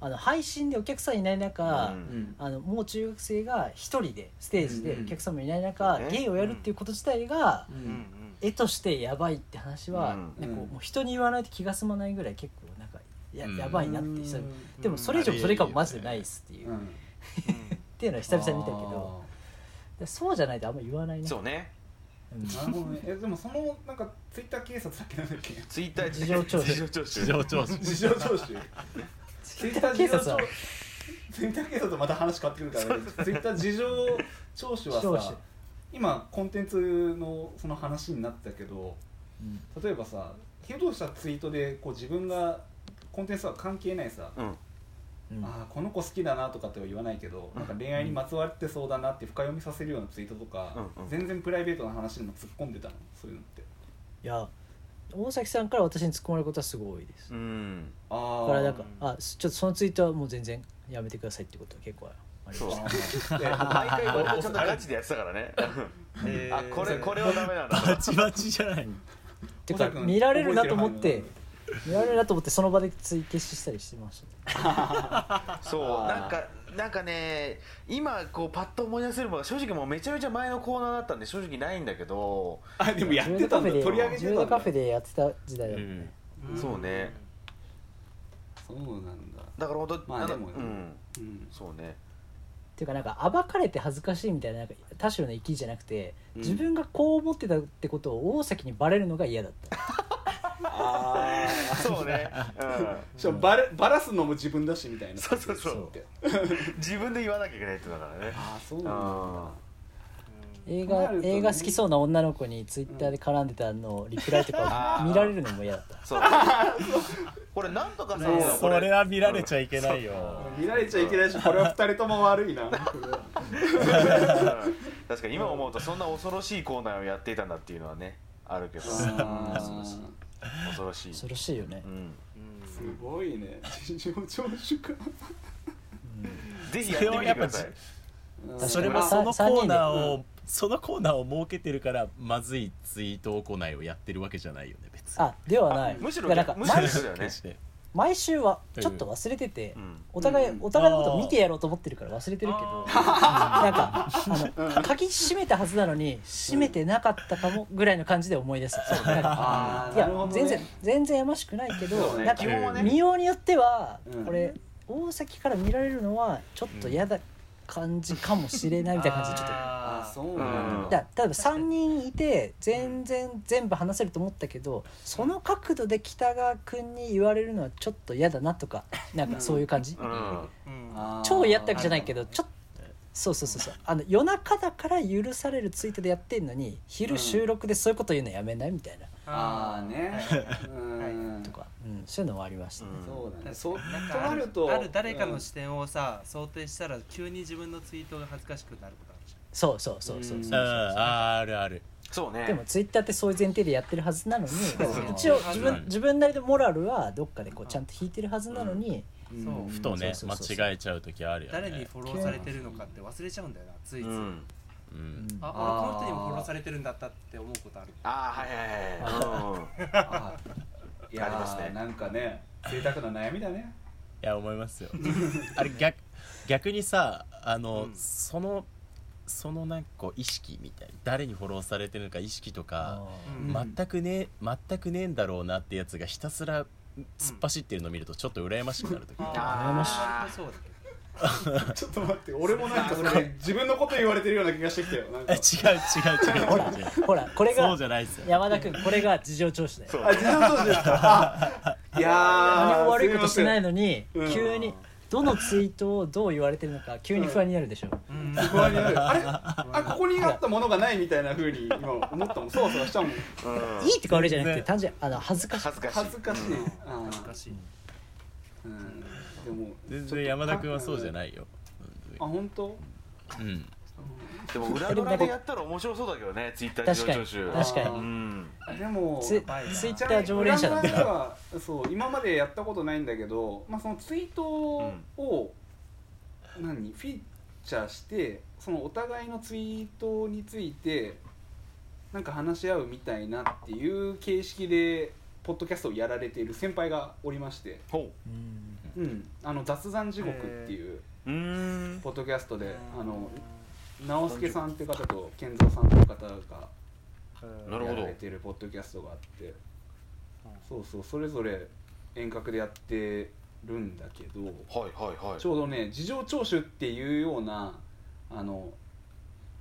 [SPEAKER 5] あの配信でお客さんいない中、
[SPEAKER 4] うん
[SPEAKER 1] うん
[SPEAKER 5] あのもう中学生が一人でステージで
[SPEAKER 1] うん
[SPEAKER 5] お客さんもいない中、
[SPEAKER 4] そうね
[SPEAKER 5] ゲイをやるっていうこと自体が、
[SPEAKER 1] う
[SPEAKER 2] うんうんん
[SPEAKER 5] 絵としてやばいって話は、
[SPEAKER 4] うん
[SPEAKER 5] なんかこう
[SPEAKER 1] うん
[SPEAKER 5] もう人に言わないと気が済まないぐらい結構なんかや,、
[SPEAKER 3] うん
[SPEAKER 5] やばいなって久々でもそれ以上それ以下もマジでないっすっていう、
[SPEAKER 1] う
[SPEAKER 5] っ
[SPEAKER 1] ん
[SPEAKER 5] ていうのは久々に見たけどでそうじゃないとあんま言わないね
[SPEAKER 4] そうね
[SPEAKER 5] うん
[SPEAKER 1] あーなるほどねえでもそのなんかツイッター警察だっけなんだっけ
[SPEAKER 4] ツイッター
[SPEAKER 5] 事情聴取
[SPEAKER 4] 事情聴取
[SPEAKER 3] 市場調査
[SPEAKER 1] 事情聴取ツイッター
[SPEAKER 5] 警
[SPEAKER 1] 事情
[SPEAKER 5] 察
[SPEAKER 1] 聴
[SPEAKER 5] は
[SPEAKER 1] 取ツイッター警察とまた話変わってくるからねツイッター事情聴取
[SPEAKER 5] 聴
[SPEAKER 1] は
[SPEAKER 5] 取
[SPEAKER 1] さ今コンテンツのその話になったけど
[SPEAKER 5] うん
[SPEAKER 1] 例えばさヒロトしたツイートでこう自分がコンテンツとは関係ないさ、
[SPEAKER 4] うん
[SPEAKER 5] うん
[SPEAKER 1] あーこの子好きだなとかっては言わないけど、なんか恋愛にまつわってそうだなって深読みさせるようなツイートとか、
[SPEAKER 4] うんうん
[SPEAKER 1] 全然プライベートな話にも突っ込んでたのそういうのって
[SPEAKER 5] いや大崎さんから私に突っ込まれることはすごい多いです、
[SPEAKER 4] うん
[SPEAKER 1] あー
[SPEAKER 5] だから なんかあちょっとそのツイートはもう全然やめてくださいってことは結構ありまし
[SPEAKER 4] そう
[SPEAKER 5] た
[SPEAKER 1] あー
[SPEAKER 4] 毎 回俺ちょっとガチでやってたからね
[SPEAKER 2] え
[SPEAKER 4] あ
[SPEAKER 2] ー
[SPEAKER 4] これこれはダメなんだ
[SPEAKER 3] バチバチじゃない
[SPEAKER 5] て
[SPEAKER 1] 大
[SPEAKER 5] か
[SPEAKER 1] 崎君
[SPEAKER 5] 見られるなと思って
[SPEAKER 1] 覚
[SPEAKER 5] 見られるなと思ってその場でツイ消ししたりしてましたね
[SPEAKER 4] そう
[SPEAKER 1] あー
[SPEAKER 4] なんかなんかね今こうパッと思い出せるのが正直もうめちゃめちゃ前のコーナーだったんで正直ないんだけど
[SPEAKER 1] あでもやってたんだ
[SPEAKER 5] ジュ
[SPEAKER 1] 取り上
[SPEAKER 5] ー
[SPEAKER 1] げ
[SPEAKER 5] ド
[SPEAKER 1] てたんだ
[SPEAKER 5] カフェでやってた時代だもん
[SPEAKER 3] うん
[SPEAKER 4] そうね
[SPEAKER 1] そうなんだ、
[SPEAKER 4] だからほんと
[SPEAKER 1] まあ
[SPEAKER 4] なんか
[SPEAKER 1] でもね
[SPEAKER 4] うん
[SPEAKER 1] うん、
[SPEAKER 4] そうね
[SPEAKER 5] っていうかなんか暴かれて恥ずかしいみたいななんか他種の意気じゃなくて、
[SPEAKER 1] うん
[SPEAKER 5] 自分がこう思ってたってことを大崎にバレるのが嫌だった
[SPEAKER 1] あ
[SPEAKER 4] そうね
[SPEAKER 1] あしかもバレバラすのも自分だしみたいな
[SPEAKER 4] そうそうそう
[SPEAKER 1] って
[SPEAKER 4] うん自分で言わなきゃいけないってだからね
[SPEAKER 1] ああそうなんだ
[SPEAKER 4] あ
[SPEAKER 5] 映
[SPEAKER 1] と
[SPEAKER 5] 画
[SPEAKER 1] なるとね
[SPEAKER 5] 映画好きそうな女の子にツイッターで絡んでたのをリプライとか
[SPEAKER 4] あー
[SPEAKER 5] 見られるのも嫌だった
[SPEAKER 4] そうこれなんとかさ
[SPEAKER 1] ね
[SPEAKER 4] こ
[SPEAKER 3] それは見られちゃいけないよ
[SPEAKER 1] 見られちゃいけないしこれは二人とも悪いなこれは
[SPEAKER 4] うん確かに今思うとそんな恐ろしいコーナーをやっていたんだっていうのはねあるけど
[SPEAKER 1] あー
[SPEAKER 4] 恐ろしい
[SPEAKER 5] 恐ろしいよね
[SPEAKER 4] う、ん
[SPEAKER 1] すごいね事情聴取か
[SPEAKER 4] ぜひやってみてください
[SPEAKER 5] うん
[SPEAKER 3] それ
[SPEAKER 5] も
[SPEAKER 3] は
[SPEAKER 1] あ
[SPEAKER 3] そのコーナー
[SPEAKER 5] さ三人で
[SPEAKER 3] をそのコーナーを設けてるからまずいツイート行いをやってるわけじゃないよね別に
[SPEAKER 5] あではない
[SPEAKER 4] むしろ
[SPEAKER 5] いやなんか
[SPEAKER 4] むしろ
[SPEAKER 5] 毎
[SPEAKER 4] そうだよ ね
[SPEAKER 3] 決して
[SPEAKER 5] 毎週はちょっと忘れてて、
[SPEAKER 4] うん
[SPEAKER 5] お互い、
[SPEAKER 1] うん
[SPEAKER 5] お互いのこと見てやろうと思ってるから忘れてるけどなんかあの書き締めたはずなのに締めてなかったかもぐらいの感じで思い出す、なんか
[SPEAKER 1] あー
[SPEAKER 5] いや、
[SPEAKER 1] なるほどね
[SPEAKER 5] 全然全然やましくないけど、
[SPEAKER 4] そうね
[SPEAKER 5] なんか
[SPEAKER 4] 基本はね
[SPEAKER 5] 見ようによっては、
[SPEAKER 1] うん
[SPEAKER 5] これ大崎から見られるのはちょっと嫌だ感じかもしれないみたいな感じでちょっと。
[SPEAKER 1] あー
[SPEAKER 2] あー
[SPEAKER 1] そうなんだ
[SPEAKER 5] だ例えば3人いて全然全部話せると思ったけどその角度で北川君に言われるのはちょっと嫌だな とかなんかそういう感じ、
[SPEAKER 4] うん
[SPEAKER 2] うん
[SPEAKER 1] あー
[SPEAKER 5] 超嫌ってわけじゃないけどちょっとそうそうそうそうあの夜中だから許されるツイートでやってんのに昼収録でそういうこと言うのやめないみたいな、
[SPEAKER 1] ああねうん
[SPEAKER 5] とか、うん、そういうのもありましたね、
[SPEAKER 1] そうだねそう
[SPEAKER 2] なん
[SPEAKER 1] と
[SPEAKER 2] か
[SPEAKER 1] な
[SPEAKER 2] あ
[SPEAKER 1] る
[SPEAKER 2] る
[SPEAKER 1] と
[SPEAKER 2] ある誰かの視点をさ、想定したら急に自分のツイートが恥ずかしくなることあるじ
[SPEAKER 5] そうそうそうそう
[SPEAKER 1] うん
[SPEAKER 3] うんあるある
[SPEAKER 4] そうね
[SPEAKER 5] でもツイッターってそういう前提でやってるはずなのに
[SPEAKER 1] う
[SPEAKER 5] 一応自
[SPEAKER 2] う
[SPEAKER 5] 分
[SPEAKER 3] ん
[SPEAKER 5] 自分なりのモラルはどっかでこうちゃんと引いてるはずなの
[SPEAKER 1] う
[SPEAKER 5] に、
[SPEAKER 1] ん
[SPEAKER 2] そう
[SPEAKER 3] ふとね
[SPEAKER 5] そうそうそうそう
[SPEAKER 3] 間違えちゃう時ある
[SPEAKER 2] ゃん
[SPEAKER 3] よ
[SPEAKER 2] 誰に
[SPEAKER 3] ね
[SPEAKER 2] フォローされてるのかって忘れちゃうんだよなついつい、
[SPEAKER 4] うん
[SPEAKER 3] う
[SPEAKER 5] うんん
[SPEAKER 2] あ
[SPEAKER 1] あー
[SPEAKER 2] 俺この人にもフォローされてるんだったって思うことある
[SPEAKER 4] ああはいはいはいうん
[SPEAKER 1] あーいや
[SPEAKER 4] ありますね
[SPEAKER 1] ーなんかね贅沢な悩みだね
[SPEAKER 3] いや思いますよあれ逆逆にさあの、
[SPEAKER 2] うん
[SPEAKER 3] そのそのなんかこう意識みたいな誰にフォローされてるのか意識とか
[SPEAKER 2] うん
[SPEAKER 3] 全くね全くねえんだろうなってやつがひたすら突っ走ってるのを見るとちょっと羨ましくなるとき、
[SPEAKER 2] あ
[SPEAKER 5] まし
[SPEAKER 2] あそうだ
[SPEAKER 1] ちょっと待って 俺もなんかそれ自分のこと言われてるような気がしてきたよなん
[SPEAKER 3] え
[SPEAKER 1] か
[SPEAKER 3] 違う違う違う違う
[SPEAKER 5] ほら
[SPEAKER 3] 違う
[SPEAKER 5] ほらこれ
[SPEAKER 3] そう
[SPEAKER 5] が
[SPEAKER 3] じゃないですよ
[SPEAKER 5] 山田君これが事情聴取だよ
[SPEAKER 1] あ自動操縦ですかあいやー
[SPEAKER 5] 何も悪いことしてない
[SPEAKER 1] の
[SPEAKER 5] のに
[SPEAKER 1] うん
[SPEAKER 5] 急にどのツイートをどう言われてるのか急に不安になるでしょ
[SPEAKER 2] うん
[SPEAKER 1] 不安になる あれあここにあったものがないみたいな風に今思ったもんそわそわしたもん
[SPEAKER 4] うん
[SPEAKER 5] いいとか悪いじゃなく
[SPEAKER 3] 全
[SPEAKER 5] て
[SPEAKER 3] 然
[SPEAKER 5] 単純にあの恥ずかしい
[SPEAKER 4] 恥ずかしい
[SPEAKER 1] 恥ずかしい
[SPEAKER 4] うん
[SPEAKER 1] あー
[SPEAKER 2] 恥ずかしい
[SPEAKER 1] うんでも
[SPEAKER 3] 全然山田君はそうじゃ
[SPEAKER 1] い
[SPEAKER 3] ないよ
[SPEAKER 1] あ本当
[SPEAKER 3] うん
[SPEAKER 4] でも裏ドラでやったら面白そうだけどねツイッター
[SPEAKER 5] 確
[SPEAKER 4] 上
[SPEAKER 5] か
[SPEAKER 4] 聴
[SPEAKER 5] に
[SPEAKER 4] 取
[SPEAKER 5] 確か
[SPEAKER 4] う
[SPEAKER 5] に
[SPEAKER 4] ん
[SPEAKER 1] でも
[SPEAKER 5] ツイツイッター常連者だ
[SPEAKER 1] 裏側ではそう今までやったことないんだけど、まあ、そのツイートを、何フィーチャーしてそのお互いのツイートについてなんか話し合うみたいなっていう形式でポッドキャストをやられている先輩がおりまして、
[SPEAKER 4] ほ
[SPEAKER 1] うん、あの雑談地獄っていう
[SPEAKER 4] ううーん
[SPEAKER 1] ポッドキャストであの直輔さんって方と健三さんって方が
[SPEAKER 2] うん
[SPEAKER 4] なるほど
[SPEAKER 1] やられてるポッドキャストがあってそうそうそれぞれ遠隔でやってるんだけど
[SPEAKER 4] はいはいはい
[SPEAKER 1] ちょうどね事情聴取っていうようなあの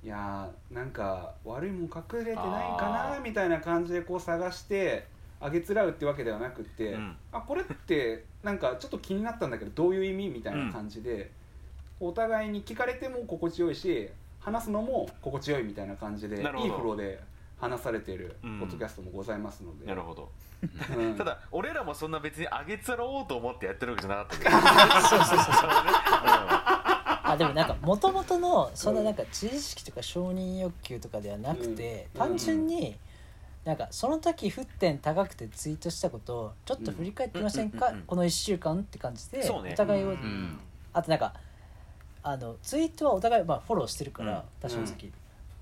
[SPEAKER 1] いやーなんか悪いもん隠れてないか
[SPEAKER 4] あ
[SPEAKER 1] な
[SPEAKER 4] ー
[SPEAKER 1] みたいな感じでこう探してあげつらうってわけではなくって、
[SPEAKER 4] うん
[SPEAKER 1] あこれってなんかちょっと気になったんだけどどういう意味みたいな感じで、お互いに聞かれても心地よいし話すのも心地よいみたいな感じでいいフ
[SPEAKER 4] なるほど
[SPEAKER 1] ローで話されているポ
[SPEAKER 4] うん
[SPEAKER 1] ッドキャストもございますので、
[SPEAKER 4] なるほど
[SPEAKER 1] うん
[SPEAKER 4] ただ俺らもそんな別にあげつらおうと思ってやってるわけじゃなかったけど
[SPEAKER 5] そうそうそう
[SPEAKER 4] そうね
[SPEAKER 5] あでもなんかもともとのそんななんか知識とか承認欲求とかではなくて、
[SPEAKER 1] うん
[SPEAKER 5] 単純になんかその時沸点高くてツイートしたことをちょっと振り返ってみませんか、
[SPEAKER 4] うんうんうんうん
[SPEAKER 5] この1週間って感じで、
[SPEAKER 4] そうね
[SPEAKER 5] お互いを、
[SPEAKER 3] ん
[SPEAKER 5] あとなんかあのツイートはお互い、まあ、フォローしてるから、
[SPEAKER 4] うん
[SPEAKER 5] 多少の時、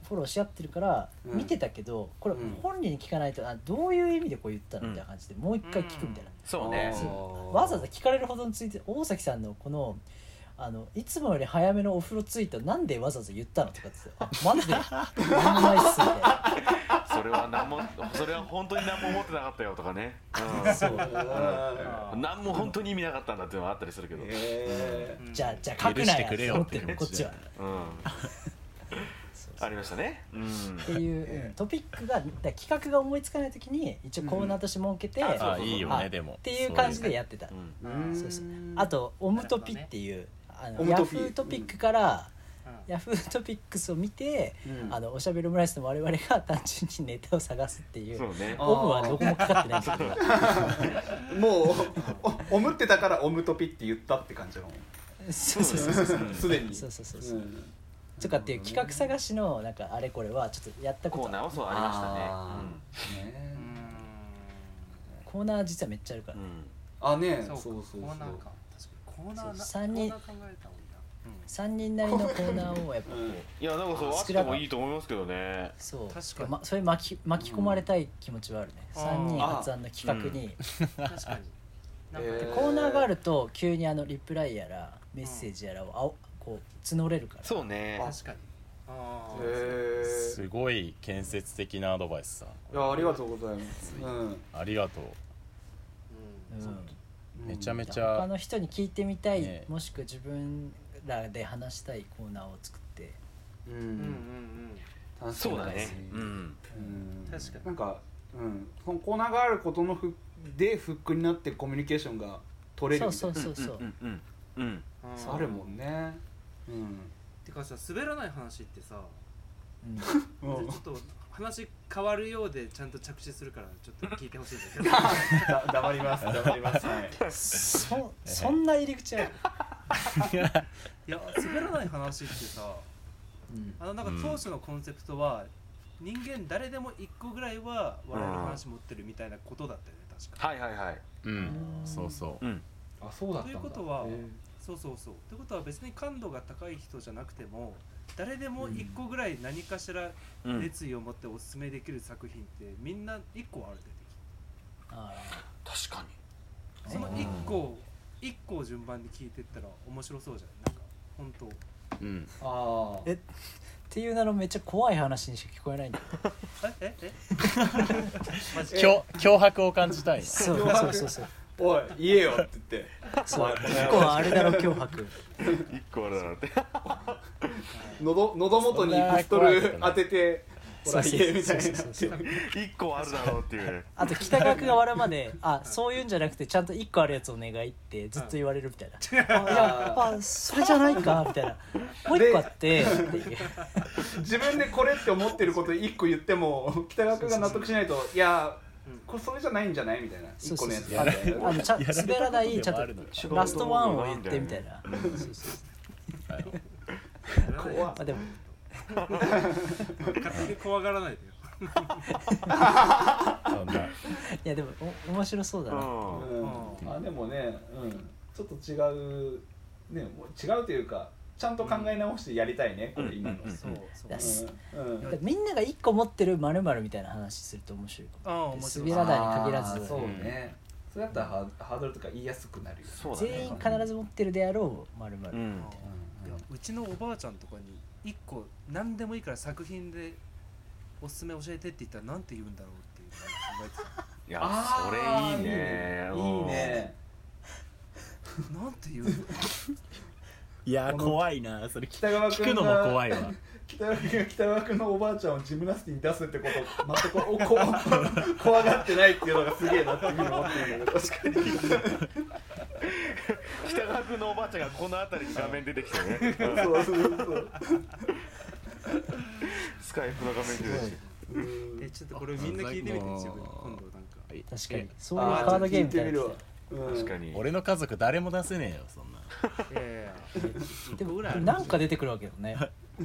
[SPEAKER 5] フォローし合ってるから
[SPEAKER 1] うん
[SPEAKER 5] 見てたけど、これ
[SPEAKER 1] うん
[SPEAKER 5] 本人に聞かないとあどういう意味でこう言ったのみたいな感じでもう一回聞くみたいな。
[SPEAKER 4] そうね
[SPEAKER 1] あー
[SPEAKER 5] わざわざ聞かれるほどについて大崎さんのこのあのいつもより早めのお風呂ツイートなんでわざわざ言ったのとかってあマジで何もないっすみたいな
[SPEAKER 4] それは何もそれは本当に何も思ってなかったよとかね、うん
[SPEAKER 5] そう
[SPEAKER 1] あー
[SPEAKER 4] 何も本当に意味なかったんだっていうのはあったりするけど、
[SPEAKER 1] え
[SPEAKER 5] じゃあじゃあ書く
[SPEAKER 3] 許
[SPEAKER 5] な
[SPEAKER 3] してくれ
[SPEAKER 5] や
[SPEAKER 3] よ
[SPEAKER 5] 思
[SPEAKER 3] っ
[SPEAKER 5] って
[SPEAKER 3] て
[SPEAKER 5] る
[SPEAKER 3] 感
[SPEAKER 5] こっ
[SPEAKER 3] じ
[SPEAKER 5] ち
[SPEAKER 3] だ
[SPEAKER 5] は
[SPEAKER 3] よね
[SPEAKER 4] うん、
[SPEAKER 5] そうそう
[SPEAKER 4] ありましたね、うん
[SPEAKER 5] っていう、うんトピックがだから企画が思いつかない時に一応コーナーとして設けて、
[SPEAKER 4] うん
[SPEAKER 3] あ
[SPEAKER 4] そうそうそう
[SPEAKER 3] いいよ
[SPEAKER 5] は
[SPEAKER 3] ねでも
[SPEAKER 5] っていう感じでやってた
[SPEAKER 4] うん
[SPEAKER 1] ー
[SPEAKER 5] うんそうそうあとオムトピっていうあの
[SPEAKER 1] オム
[SPEAKER 5] ヤ
[SPEAKER 1] トピ
[SPEAKER 5] フートピックから、
[SPEAKER 2] う
[SPEAKER 5] ヤフートピックスを見て、
[SPEAKER 1] うん
[SPEAKER 5] あのおしゃべりオムライスの我々が単純にネタを探すっていう
[SPEAKER 4] そうね
[SPEAKER 1] あ
[SPEAKER 5] オムはどこもかかってないんですけど
[SPEAKER 1] もうおおむってたからオムトピって言ったって感じの
[SPEAKER 5] そうそうそうそう
[SPEAKER 1] すでに
[SPEAKER 5] そうそうそう
[SPEAKER 1] う
[SPEAKER 5] そうんとかっていう企画探しのなんかあれこれはちょっとやったこ
[SPEAKER 4] コ
[SPEAKER 5] と
[SPEAKER 4] ーナーはそうあり
[SPEAKER 1] あ
[SPEAKER 4] ま
[SPEAKER 1] ーね
[SPEAKER 5] コーナー実はめっちゃあるか
[SPEAKER 4] した
[SPEAKER 5] ら
[SPEAKER 4] ね、
[SPEAKER 1] あね
[SPEAKER 2] そ
[SPEAKER 1] そうう
[SPEAKER 2] か
[SPEAKER 1] そうそう
[SPEAKER 2] コーナーか確かにコーナーな
[SPEAKER 5] そう三人
[SPEAKER 2] コーナー考えた方がいいな
[SPEAKER 5] 3人なりのコーナーをやっぱ
[SPEAKER 1] うん
[SPEAKER 4] うん、いやなんかそうあってもいいと思いますけどね
[SPEAKER 5] そう
[SPEAKER 2] 確かに
[SPEAKER 5] ま、それ巻き巻き込まれたい気持ちはあるね、
[SPEAKER 2] うん
[SPEAKER 5] 三3人
[SPEAKER 1] あー
[SPEAKER 5] 発案の企画に、
[SPEAKER 2] 確かになんか
[SPEAKER 1] えー
[SPEAKER 5] コーナーがあると急にあのリプライやらメッセージやらをあおこう募れるから
[SPEAKER 4] そうね
[SPEAKER 2] 確かにああ
[SPEAKER 1] へー
[SPEAKER 3] すごい建設的なアドバイスさ
[SPEAKER 1] いやありがとうございますうん
[SPEAKER 3] ありがとう
[SPEAKER 5] うん
[SPEAKER 3] めちゃめち
[SPEAKER 5] 他
[SPEAKER 3] ゃ
[SPEAKER 5] の人に聞いてみたい、
[SPEAKER 3] ね
[SPEAKER 5] もしくは自分らで話したいコーナーを作って
[SPEAKER 1] う
[SPEAKER 2] うんうんうんん
[SPEAKER 1] 確かに
[SPEAKER 4] そうだねうん
[SPEAKER 1] うん
[SPEAKER 2] 確かに
[SPEAKER 1] なんかうんそのコーナーがあることのフでフックになってコミュニケーションが取れる
[SPEAKER 5] そ
[SPEAKER 1] み
[SPEAKER 5] う
[SPEAKER 1] た
[SPEAKER 5] そ
[SPEAKER 1] いう
[SPEAKER 5] そうそう、
[SPEAKER 4] うんうんうんうん
[SPEAKER 1] なあるもんねうん
[SPEAKER 2] てかさ滑らない話ってさ
[SPEAKER 5] うん
[SPEAKER 1] うん
[SPEAKER 2] ちょっと話変わるようでちゃんと着地するからちょっと聞いてほしいんだけ
[SPEAKER 1] だ
[SPEAKER 2] ど
[SPEAKER 1] 黙ります黙りますはい
[SPEAKER 5] そそんな入り口ある、
[SPEAKER 2] いや滑らない話ってさあのなんか当初のコンセプトは、人間誰でも一個ぐらいは笑える話持ってるみたいなことだったよね確か、
[SPEAKER 4] はいはいはい
[SPEAKER 3] うんそうそう
[SPEAKER 4] うん
[SPEAKER 1] あそうだったんだ
[SPEAKER 2] ということは
[SPEAKER 1] へー
[SPEAKER 2] そうそうそうってことは別に感度が高い人じゃなくても誰でも一個ぐらい何かしら
[SPEAKER 4] うん
[SPEAKER 2] 熱意を持っておすすめできる作品ってみんな一個はあるでで
[SPEAKER 5] あ
[SPEAKER 4] 確かに
[SPEAKER 2] きるその一個一個を順番に聞いてったら面白そうじゃないなんか本当
[SPEAKER 4] うん
[SPEAKER 1] あ
[SPEAKER 5] えっていう名のめっちゃ怖い話にしか聞こえないんだよ
[SPEAKER 2] ええ えマジ
[SPEAKER 3] 脅脅迫を感じたいな
[SPEAKER 5] そうそうそうそう
[SPEAKER 1] おい言えよって言って
[SPEAKER 5] そう一個はあれだろ脅迫
[SPEAKER 4] 一個あるなって
[SPEAKER 1] 喉喉元にピストル当ててほ
[SPEAKER 5] そ
[SPEAKER 1] ら
[SPEAKER 5] うそう
[SPEAKER 1] 言えみたい
[SPEAKER 5] そうそう
[SPEAKER 1] な
[SPEAKER 4] 一個あるだろうっていう
[SPEAKER 5] あと北川君が笑うまであそういうんじゃなくてちゃんと一個あるやつお願いってずっと言われるみたいな、あいやあそれじゃないかみたいなもう一個あってっていう
[SPEAKER 1] 自分でこれって思ってること一個言っても北川君が納得しないといやこれそれじゃないんじゃないみたいな一
[SPEAKER 5] そう
[SPEAKER 1] 個
[SPEAKER 5] そう
[SPEAKER 1] のやつ
[SPEAKER 5] そう
[SPEAKER 1] あるじゃ
[SPEAKER 5] あ
[SPEAKER 1] ない
[SPEAKER 5] のちゃん
[SPEAKER 3] やられたこと
[SPEAKER 5] 滑らないちゃ
[SPEAKER 3] でもある
[SPEAKER 5] ん
[SPEAKER 3] のよ
[SPEAKER 5] とラストワンを言ってみたいなそうそう
[SPEAKER 3] はい
[SPEAKER 1] 怖
[SPEAKER 5] まあでも
[SPEAKER 6] 勝手に怖がらないでよ
[SPEAKER 3] そんない
[SPEAKER 5] やでもお面白そうだな、
[SPEAKER 4] う
[SPEAKER 1] うんあでもね、うん、ちょっと違うねもう違うというかちゃんと考え直してやりたいね、これ今の、うん
[SPEAKER 2] そうそう
[SPEAKER 5] だし
[SPEAKER 1] うん
[SPEAKER 5] だからみんなが一個持ってるまるみたいな話すると面白いかも
[SPEAKER 2] ああ面白
[SPEAKER 5] 滑
[SPEAKER 2] い
[SPEAKER 5] らないに限ら
[SPEAKER 1] あ
[SPEAKER 5] ず
[SPEAKER 1] ーそうね、それだったらハハードルとか言いやすくなるよ、ね、
[SPEAKER 4] そうだね
[SPEAKER 5] 全員必ず持ってるであろうまるみたいな、
[SPEAKER 4] ん
[SPEAKER 2] いやうちのおばあちゃんとかに一個何でもいいから作品でおすすめ教えてって言ったらなんて言うんだろうっていうのを考
[SPEAKER 4] いやそれい
[SPEAKER 1] いい
[SPEAKER 4] いね
[SPEAKER 1] ね
[SPEAKER 2] え てたなんて言うんだろ
[SPEAKER 3] いやー怖いなそれ聞
[SPEAKER 1] 北川
[SPEAKER 3] 聞く
[SPEAKER 1] 君
[SPEAKER 3] の
[SPEAKER 1] が
[SPEAKER 3] も怖いわ
[SPEAKER 1] 北川君が北川君のおばあちゃんをジムナスティに出すってこと全くおこ 怖がってないっていうのがすげえなっていうのを思ってるんだけど確かに
[SPEAKER 4] 北川君のおばあちゃんがこの辺りに画面出てきてね
[SPEAKER 1] そうそうそう
[SPEAKER 4] スカイプの画面出てきて
[SPEAKER 1] うん
[SPEAKER 2] うえちょっとこれ みんな聞いてみて
[SPEAKER 3] あ
[SPEAKER 2] 自分
[SPEAKER 3] もう
[SPEAKER 2] 今度なんか
[SPEAKER 5] 確かに
[SPEAKER 3] え
[SPEAKER 5] そういうカード
[SPEAKER 1] あち
[SPEAKER 5] ゲームみ
[SPEAKER 1] ょっと聞
[SPEAKER 5] た
[SPEAKER 1] いて
[SPEAKER 5] い
[SPEAKER 1] み
[SPEAKER 5] な
[SPEAKER 1] る
[SPEAKER 5] や
[SPEAKER 1] わうん
[SPEAKER 4] 確かに
[SPEAKER 3] 俺の家族誰も出せねえよそんない
[SPEAKER 2] やいやいや
[SPEAKER 5] つでも
[SPEAKER 2] 僕ら
[SPEAKER 5] なんか出てくるわけよね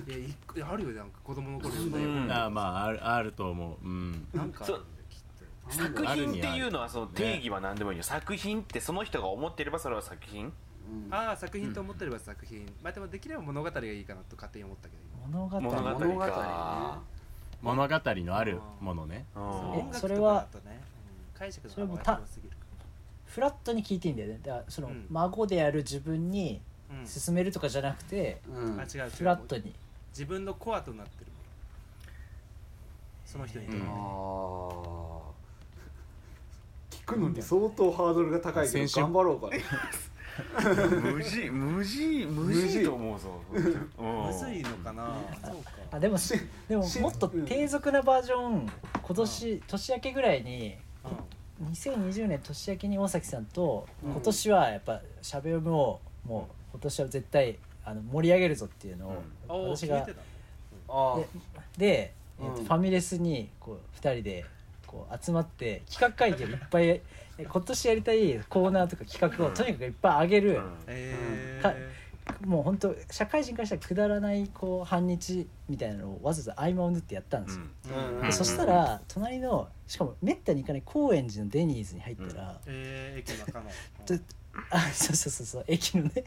[SPEAKER 2] いや一個いやあるよなんか子供の頃読んだ
[SPEAKER 4] うん
[SPEAKER 2] よ
[SPEAKER 3] あーまああるあると思ううん
[SPEAKER 2] なんかあるんだよきっと
[SPEAKER 4] 作品っていうのはその定義は何でもいいよ作品ってその人が思ってればそれは作品
[SPEAKER 2] ああ作品と思ってれば作品、まあでもできれば物語がいいかなと勝手に思ったけど
[SPEAKER 5] 物語
[SPEAKER 4] 物語
[SPEAKER 1] 物語
[SPEAKER 4] か
[SPEAKER 3] 物語のあるものね
[SPEAKER 2] 今
[SPEAKER 5] え
[SPEAKER 2] 音楽
[SPEAKER 5] それは
[SPEAKER 2] とかだとね、うん解釈の
[SPEAKER 5] それはもう
[SPEAKER 2] 幅
[SPEAKER 5] た
[SPEAKER 2] が広すぎるか
[SPEAKER 5] フラットに聞いていいんだよねだからその、
[SPEAKER 2] うん
[SPEAKER 5] 孫である自分に
[SPEAKER 2] ら、うん
[SPEAKER 5] 進めるとかじゃなくて、
[SPEAKER 1] うん
[SPEAKER 2] あ違う違う
[SPEAKER 5] フラットに
[SPEAKER 2] 自分のコアとなってるものその人にとって、
[SPEAKER 3] うん
[SPEAKER 1] あー聞くのに相当ハードルが高いけ
[SPEAKER 3] 先週
[SPEAKER 1] ど頑張ろうかね
[SPEAKER 4] 無事無事無事と思うぞ
[SPEAKER 2] むずいのかな、そうか
[SPEAKER 5] あでも
[SPEAKER 1] し
[SPEAKER 5] でも
[SPEAKER 1] し
[SPEAKER 5] もっと低俗なバージョン今年、年明けぐらいに
[SPEAKER 2] うん
[SPEAKER 5] 2020年年明けに大崎さんと、
[SPEAKER 1] うん
[SPEAKER 5] 今年はやっぱしゃべるをもう今年は絶対あの盛り上げるぞっていうのを、
[SPEAKER 2] おお
[SPEAKER 5] 私
[SPEAKER 2] 決
[SPEAKER 5] が
[SPEAKER 2] めてた
[SPEAKER 1] あー
[SPEAKER 5] で、えーと
[SPEAKER 1] うん
[SPEAKER 5] ファミレスにこう2人でこう集まって企画会議をいっぱいえ今年やりたいコーナーとか企画をとにかくいっぱい上げる、
[SPEAKER 2] え
[SPEAKER 5] か
[SPEAKER 2] え
[SPEAKER 5] もう本当社会人からしたらくだらないこう半日みたいなのをわざわざ合間を縫ってやったんですよ、
[SPEAKER 1] うん
[SPEAKER 5] でそしたら隣のしかもめったに行かない高円寺のデニーズに入ったら、
[SPEAKER 2] えー、駅の中の
[SPEAKER 5] ちょあそうそうそうそう駅のね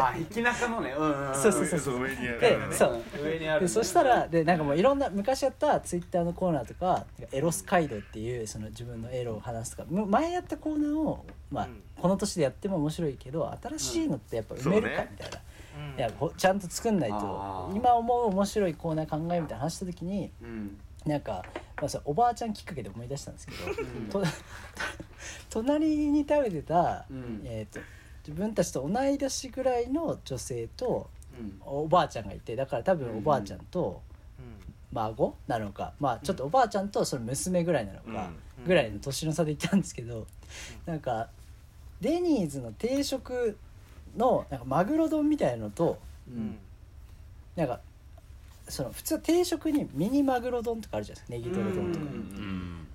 [SPEAKER 1] あ行き中のねうんうんん
[SPEAKER 5] そうそうそうそう
[SPEAKER 4] 上にあ
[SPEAKER 5] でそう
[SPEAKER 1] 上にある
[SPEAKER 5] でそしたらでなんかもういろんな昔やったツイッターのコーナーとか「なんかエロス街道」っていうその自分のエロを話すとかむ前やったコーナーを、まあ
[SPEAKER 2] うん
[SPEAKER 5] この年でやっても面白いけど新しいのってやっぱ埋める
[SPEAKER 4] そう
[SPEAKER 5] か
[SPEAKER 4] ね
[SPEAKER 5] みたいな、
[SPEAKER 2] うん
[SPEAKER 5] いやほちゃんと作んない
[SPEAKER 1] あ
[SPEAKER 5] と
[SPEAKER 1] ー
[SPEAKER 5] 今思う面白いコーナー考えみたいな話した時に
[SPEAKER 1] うん
[SPEAKER 5] なんか、まあ、それおばあちゃんきっかけで思い出したんですけど、と 隣に食べてた、
[SPEAKER 1] うん
[SPEAKER 5] えー、と自分たちと同い年ぐらいの女性と
[SPEAKER 1] うん
[SPEAKER 5] おばあちゃんがいてだから多分おばあちゃんと。
[SPEAKER 2] うん
[SPEAKER 5] 孫なのかまあちょっとおばあちゃんとその娘ぐらいなのかぐらいの年の差で行ったんですけどなんかデニーズの定食のなんかマグロ丼みたいなのと
[SPEAKER 1] う
[SPEAKER 2] うんん
[SPEAKER 5] なんかその普通は定食にミニマグロ丼とかあるじゃないですかネギトロ丼とか
[SPEAKER 1] うん
[SPEAKER 3] うん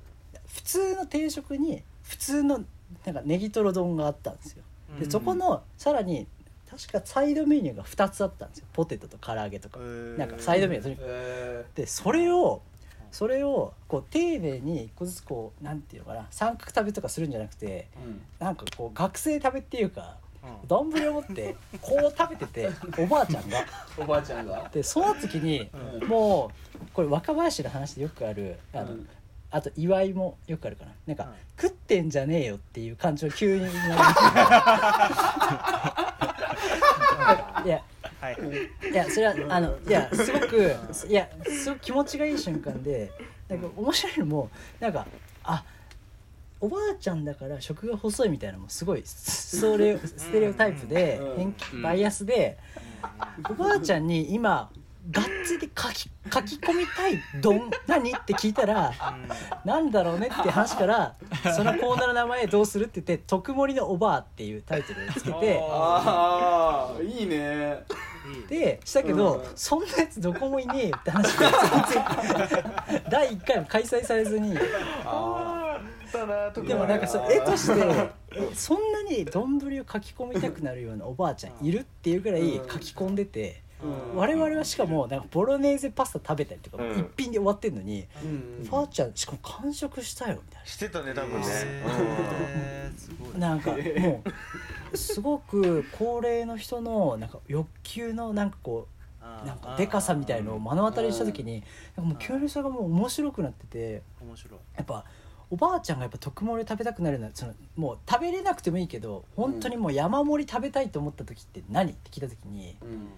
[SPEAKER 5] 普通の定食に普通のなんかネギトロ丼があったんですよ
[SPEAKER 2] うん
[SPEAKER 5] でそこのさらに確かサイドメニューが2つあったんですよポテトと唐揚げとか
[SPEAKER 2] えー
[SPEAKER 5] なんかサイドメニューとにかく
[SPEAKER 1] え
[SPEAKER 5] でそれをそれをこう丁寧に一個ずつこうなんていうのかな三角食べとかするんじゃなくて
[SPEAKER 1] ーうん
[SPEAKER 5] なんかこう学生食べっていうか
[SPEAKER 2] うん
[SPEAKER 5] 丼を持ってこう食べてておばあちゃんが。
[SPEAKER 1] おばあちゃんが
[SPEAKER 5] でその時に
[SPEAKER 1] うん
[SPEAKER 5] もうこれ若林の話でよくあるあの、
[SPEAKER 1] うん
[SPEAKER 5] あと祝いもよくあるかななんか、食ってんじゃねえよってい う感情が急にいや
[SPEAKER 2] はいはい
[SPEAKER 5] いやそれはあのいやすごくいやすごく気持ちがいい瞬間でなんか面白いのもなんかあおばあちゃんだから食が細いみたいなのもすごいストレオステレオタイプで偏見バイアスでおばあちゃんに今がっつり書き書き込みたい丼何って聞いたらなんだろうねって話からそのコーナーの名前どうするって言って「特盛りのおばあ」っていうタイトルをつけて。
[SPEAKER 1] ああいいね
[SPEAKER 5] でしたけど、
[SPEAKER 1] うん
[SPEAKER 5] そんなやつどこもいねえよって話で 第1回も開催されずに
[SPEAKER 4] あったなと
[SPEAKER 5] でもなんかそううん絵としてそんなに丼を書き込みたくなるようなおばあちゃんいるっていうぐらい書
[SPEAKER 1] うん
[SPEAKER 5] き込んでて、
[SPEAKER 1] うん
[SPEAKER 5] 我々はしかもなんかボロネーゼパスタ食べたりとか、
[SPEAKER 4] うん
[SPEAKER 5] 一品で終わってんのに、
[SPEAKER 1] うん
[SPEAKER 5] ばあちゃんしかも完食したよみたい
[SPEAKER 4] してたね多分ね、
[SPEAKER 2] へーすごい
[SPEAKER 5] ななんかもうすごく高齢の人のなんか欲求のなんかこうなんかでかさみたいのを目の当たりにした時になんかもう急にそれがもう面白くなってて
[SPEAKER 2] 面白い
[SPEAKER 5] やっぱおばあちゃんがやっぱ特盛り食べたくなるのはそのもう食べれなくてもいいけど本当にもう山盛り食べたいと思った時って何って聞いた時に
[SPEAKER 1] うん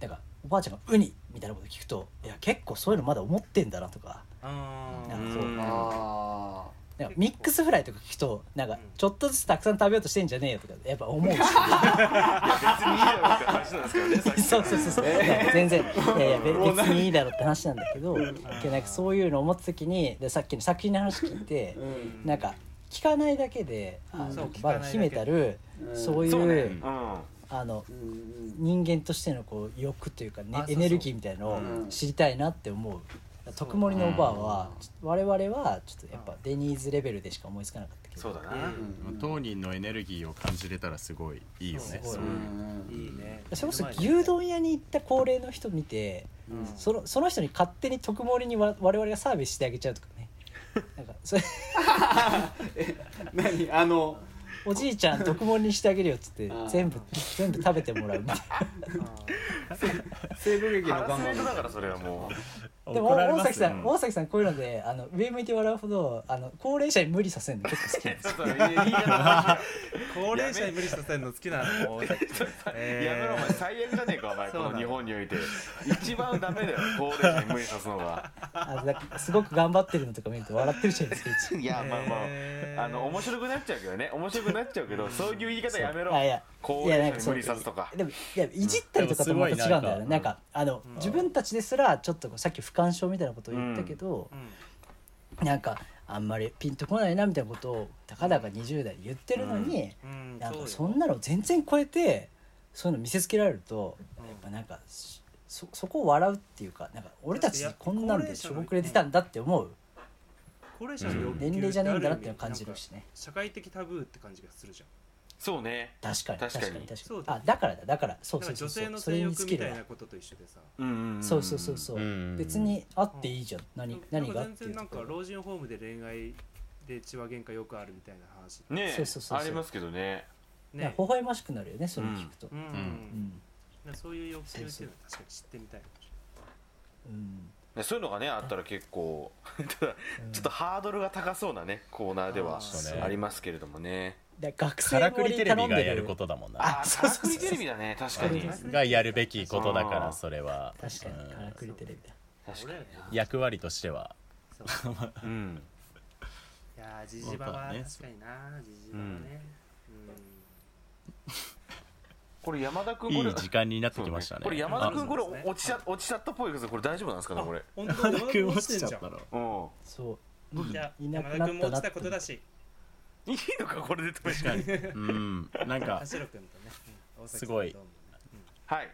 [SPEAKER 5] だからおばあちゃんがウニみたいなこと聞くといや結構そういうのまだ思ってんだなとか
[SPEAKER 2] あ
[SPEAKER 5] な
[SPEAKER 2] ー
[SPEAKER 5] んか
[SPEAKER 4] う
[SPEAKER 5] そうん
[SPEAKER 1] あ
[SPEAKER 5] なんかミックスフライとか聞くとなんかちょっとずつたくさん食べようとしてんじゃねえよとかやっぱ思うし。
[SPEAKER 4] 別にいいだろうって話なんですけどねさっき
[SPEAKER 5] そうそうそうそう、いや全然いやいやべ別にいいだろうって話なんだけどけどなんかそういうのを思った時にでさっきの作品の話聞いて
[SPEAKER 1] ー、うん
[SPEAKER 5] なんか聞かないだけであ
[SPEAKER 2] そう
[SPEAKER 5] の
[SPEAKER 2] 聞か
[SPEAKER 5] ま
[SPEAKER 2] ない
[SPEAKER 5] だ
[SPEAKER 2] だけ
[SPEAKER 5] 秘めたる
[SPEAKER 1] うん
[SPEAKER 5] そういう
[SPEAKER 4] そうね
[SPEAKER 5] あの
[SPEAKER 1] うんうん
[SPEAKER 5] 人間としてのこう欲というか、ね
[SPEAKER 2] あそうそう
[SPEAKER 5] エネルギーみたいのを
[SPEAKER 1] うん
[SPEAKER 5] 知りたいなって思う。特盛りのおばあは、ちょっと我々はちょっとやっぱデニーズレベルでしか思いつかなかったけ
[SPEAKER 4] うんそ
[SPEAKER 5] ど
[SPEAKER 4] うだな、
[SPEAKER 1] うん
[SPEAKER 3] 当人のエネルギーを感じれたらすごいいいよね
[SPEAKER 5] そう
[SPEAKER 3] そうういうん
[SPEAKER 2] いいね
[SPEAKER 5] それこそ牛丼屋に行った高齢の人見て
[SPEAKER 1] うん
[SPEAKER 5] そのその人に勝手に特盛りにわ我々がサービスしてあげちゃうとかねなんかそれ
[SPEAKER 1] 何あの
[SPEAKER 5] おじいちゃん特盛りにしてあげるよっつって
[SPEAKER 1] あー
[SPEAKER 5] 全部全部食べてもらうみたい
[SPEAKER 1] 西部劇の
[SPEAKER 4] ハラ
[SPEAKER 1] 看
[SPEAKER 4] スメ
[SPEAKER 1] 板
[SPEAKER 4] ントだからそれはもう
[SPEAKER 5] なでも
[SPEAKER 3] 怒られ
[SPEAKER 5] 大
[SPEAKER 3] ます
[SPEAKER 5] 崎さん
[SPEAKER 3] よ
[SPEAKER 5] 大崎さんこういうのであの上向いて笑うほどあの高齢者に無理させるの結構好きなんです
[SPEAKER 4] ちょっといいや
[SPEAKER 2] 高齢者に無理させるの好きなの大崎
[SPEAKER 4] めやめろお前最悪じゃねえかお前こ
[SPEAKER 2] そうな
[SPEAKER 4] の
[SPEAKER 2] の
[SPEAKER 4] 日本において一番ダメだよ高齢者に無理さすのが
[SPEAKER 5] あだからすごく頑張ってるのとか見ると笑ってるじゃないですかいつも
[SPEAKER 4] いやまあま
[SPEAKER 2] へー
[SPEAKER 4] ああの面白くなっちゃうけどね面白くなっちゃうけどそういう言い方やめろ
[SPEAKER 5] あいや
[SPEAKER 4] 高
[SPEAKER 5] いやな
[SPEAKER 4] 齢
[SPEAKER 5] んか
[SPEAKER 4] 者に
[SPEAKER 5] そう
[SPEAKER 4] 無理さすとか
[SPEAKER 5] でもいやいじったりとかとまた違うんだ
[SPEAKER 3] でもすごいなん
[SPEAKER 5] よね、
[SPEAKER 3] かうん
[SPEAKER 5] なんかあの、自分たちですらちょっとこうさっき不干渉みたいなことを言ったけど、なんかあんまりピンとこないなみたいなことをたかだか20代で言ってるのに、
[SPEAKER 2] うんうん
[SPEAKER 5] なん
[SPEAKER 2] そう
[SPEAKER 5] か
[SPEAKER 2] よ
[SPEAKER 5] そんなの全然超えてそういうの見せつけられると、やっぱなんかしそそこを笑うっていうかなんか俺たちこんなんでしょぼくれてたんだって思う
[SPEAKER 2] 高齢者の欲求
[SPEAKER 5] 年齢じゃねえんだなっていうのを感じるしね
[SPEAKER 2] 社会的タブーって感じがするじゃん
[SPEAKER 4] そうね
[SPEAKER 5] 確かに確
[SPEAKER 4] 確
[SPEAKER 5] か
[SPEAKER 4] か
[SPEAKER 5] に
[SPEAKER 4] に
[SPEAKER 5] 確かに
[SPEAKER 2] そうだよ
[SPEAKER 5] あだからだだからそう
[SPEAKER 2] だ
[SPEAKER 5] そ
[SPEAKER 2] か
[SPEAKER 5] う
[SPEAKER 2] ら
[SPEAKER 5] そ
[SPEAKER 2] 女性
[SPEAKER 5] う
[SPEAKER 2] の
[SPEAKER 5] それ
[SPEAKER 2] 性
[SPEAKER 5] につ
[SPEAKER 2] 欲
[SPEAKER 5] け
[SPEAKER 2] み
[SPEAKER 5] る
[SPEAKER 2] たい
[SPEAKER 5] わ
[SPEAKER 2] なことと一緒でさ
[SPEAKER 4] うん
[SPEAKER 5] そうそうそうそう、
[SPEAKER 3] うん
[SPEAKER 5] 別にあっていいじゃん何何が
[SPEAKER 2] な
[SPEAKER 5] っ
[SPEAKER 2] んか
[SPEAKER 5] て
[SPEAKER 2] 全
[SPEAKER 5] い
[SPEAKER 2] 然
[SPEAKER 5] う
[SPEAKER 2] な
[SPEAKER 5] と
[SPEAKER 2] ん
[SPEAKER 5] こ
[SPEAKER 2] か老人ホームで恋愛で血は喧嘩よくあるみたいな話
[SPEAKER 4] うね
[SPEAKER 5] そうそうそうそう
[SPEAKER 4] ありますけどね
[SPEAKER 5] なん
[SPEAKER 2] ね
[SPEAKER 5] か微笑ましくなるよねそれ聞くと、う
[SPEAKER 2] うんん、
[SPEAKER 5] うん
[SPEAKER 2] うん、そういう欲求っていうのは確かに知ってみたいかもし
[SPEAKER 4] ねそういうのがねあったら結構 ただちょっとハードルが高そうなねコーナーで
[SPEAKER 2] あ
[SPEAKER 4] は
[SPEAKER 2] ー
[SPEAKER 3] そうね
[SPEAKER 4] ありますけれどもね
[SPEAKER 5] だから学生
[SPEAKER 3] からく
[SPEAKER 5] 盛
[SPEAKER 3] り
[SPEAKER 5] り
[SPEAKER 3] テレビ
[SPEAKER 5] 頼ん
[SPEAKER 3] が
[SPEAKER 5] で
[SPEAKER 3] やる
[SPEAKER 5] る
[SPEAKER 3] ことだもんな
[SPEAKER 4] あ
[SPEAKER 5] そう
[SPEAKER 4] ー
[SPEAKER 5] そうそう
[SPEAKER 4] サークリテレビだね確かに
[SPEAKER 5] そう
[SPEAKER 4] 確
[SPEAKER 5] です
[SPEAKER 3] がやるべきことだからそれは
[SPEAKER 5] 確かに
[SPEAKER 3] うん
[SPEAKER 5] からくりテレビだ
[SPEAKER 4] か
[SPEAKER 2] れない俺や
[SPEAKER 3] 役割としては
[SPEAKER 2] そう
[SPEAKER 4] うん
[SPEAKER 2] いやージジバ
[SPEAKER 3] ま
[SPEAKER 2] は
[SPEAKER 3] あね
[SPEAKER 2] 確かになジジバはね
[SPEAKER 4] これ山田君
[SPEAKER 3] い
[SPEAKER 4] これ
[SPEAKER 3] い時間になってきました
[SPEAKER 4] そう
[SPEAKER 3] ね
[SPEAKER 4] これ山田君これ
[SPEAKER 2] そうですね
[SPEAKER 4] 落ちちゃ落ちちゃったっぽいけどこれ大丈夫なんですかねこれ
[SPEAKER 2] うん
[SPEAKER 3] 山田君落 ちちゃったの
[SPEAKER 4] うん
[SPEAKER 5] そう、
[SPEAKER 2] じゃあ
[SPEAKER 5] いな
[SPEAKER 2] 山田
[SPEAKER 5] くな
[SPEAKER 2] 君も
[SPEAKER 5] っ
[SPEAKER 2] 落
[SPEAKER 5] た
[SPEAKER 2] ち
[SPEAKER 5] なって
[SPEAKER 2] たことだし
[SPEAKER 4] いいのかこれで止め
[SPEAKER 3] 確
[SPEAKER 4] て
[SPEAKER 3] かにうんなん か
[SPEAKER 2] 橋野君とねうん大崎さん
[SPEAKER 3] すごい
[SPEAKER 2] どうもね
[SPEAKER 4] はい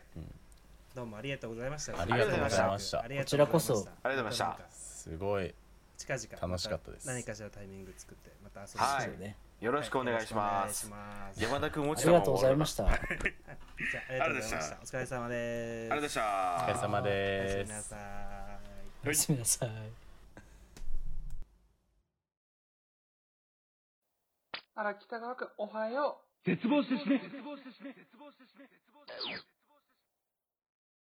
[SPEAKER 2] どうもありがとうございました
[SPEAKER 3] ありが
[SPEAKER 4] とうござい
[SPEAKER 3] ました
[SPEAKER 2] ありが
[SPEAKER 5] ことち
[SPEAKER 2] う
[SPEAKER 5] ら
[SPEAKER 2] ご
[SPEAKER 5] こ
[SPEAKER 2] ざいまし
[SPEAKER 5] そ
[SPEAKER 2] た
[SPEAKER 4] ありがとうございました
[SPEAKER 3] すごい
[SPEAKER 2] 近々
[SPEAKER 3] 楽しかったです
[SPEAKER 2] ま何かしらタイミング作ってまた遊びに
[SPEAKER 4] はい
[SPEAKER 5] そうね
[SPEAKER 4] よろしくお願いします
[SPEAKER 2] じゃ
[SPEAKER 4] 山田君
[SPEAKER 5] あ
[SPEAKER 4] 落ちた
[SPEAKER 5] り
[SPEAKER 4] もん
[SPEAKER 5] がとうございました
[SPEAKER 2] あありがとうございましたお疲れ様で
[SPEAKER 4] 俺
[SPEAKER 2] す
[SPEAKER 4] ありがとうござい
[SPEAKER 3] お疲
[SPEAKER 2] おや
[SPEAKER 3] れ様です
[SPEAKER 4] ました
[SPEAKER 2] みなさい
[SPEAKER 5] おやすみなさい
[SPEAKER 7] あら、北川くん、おはよう。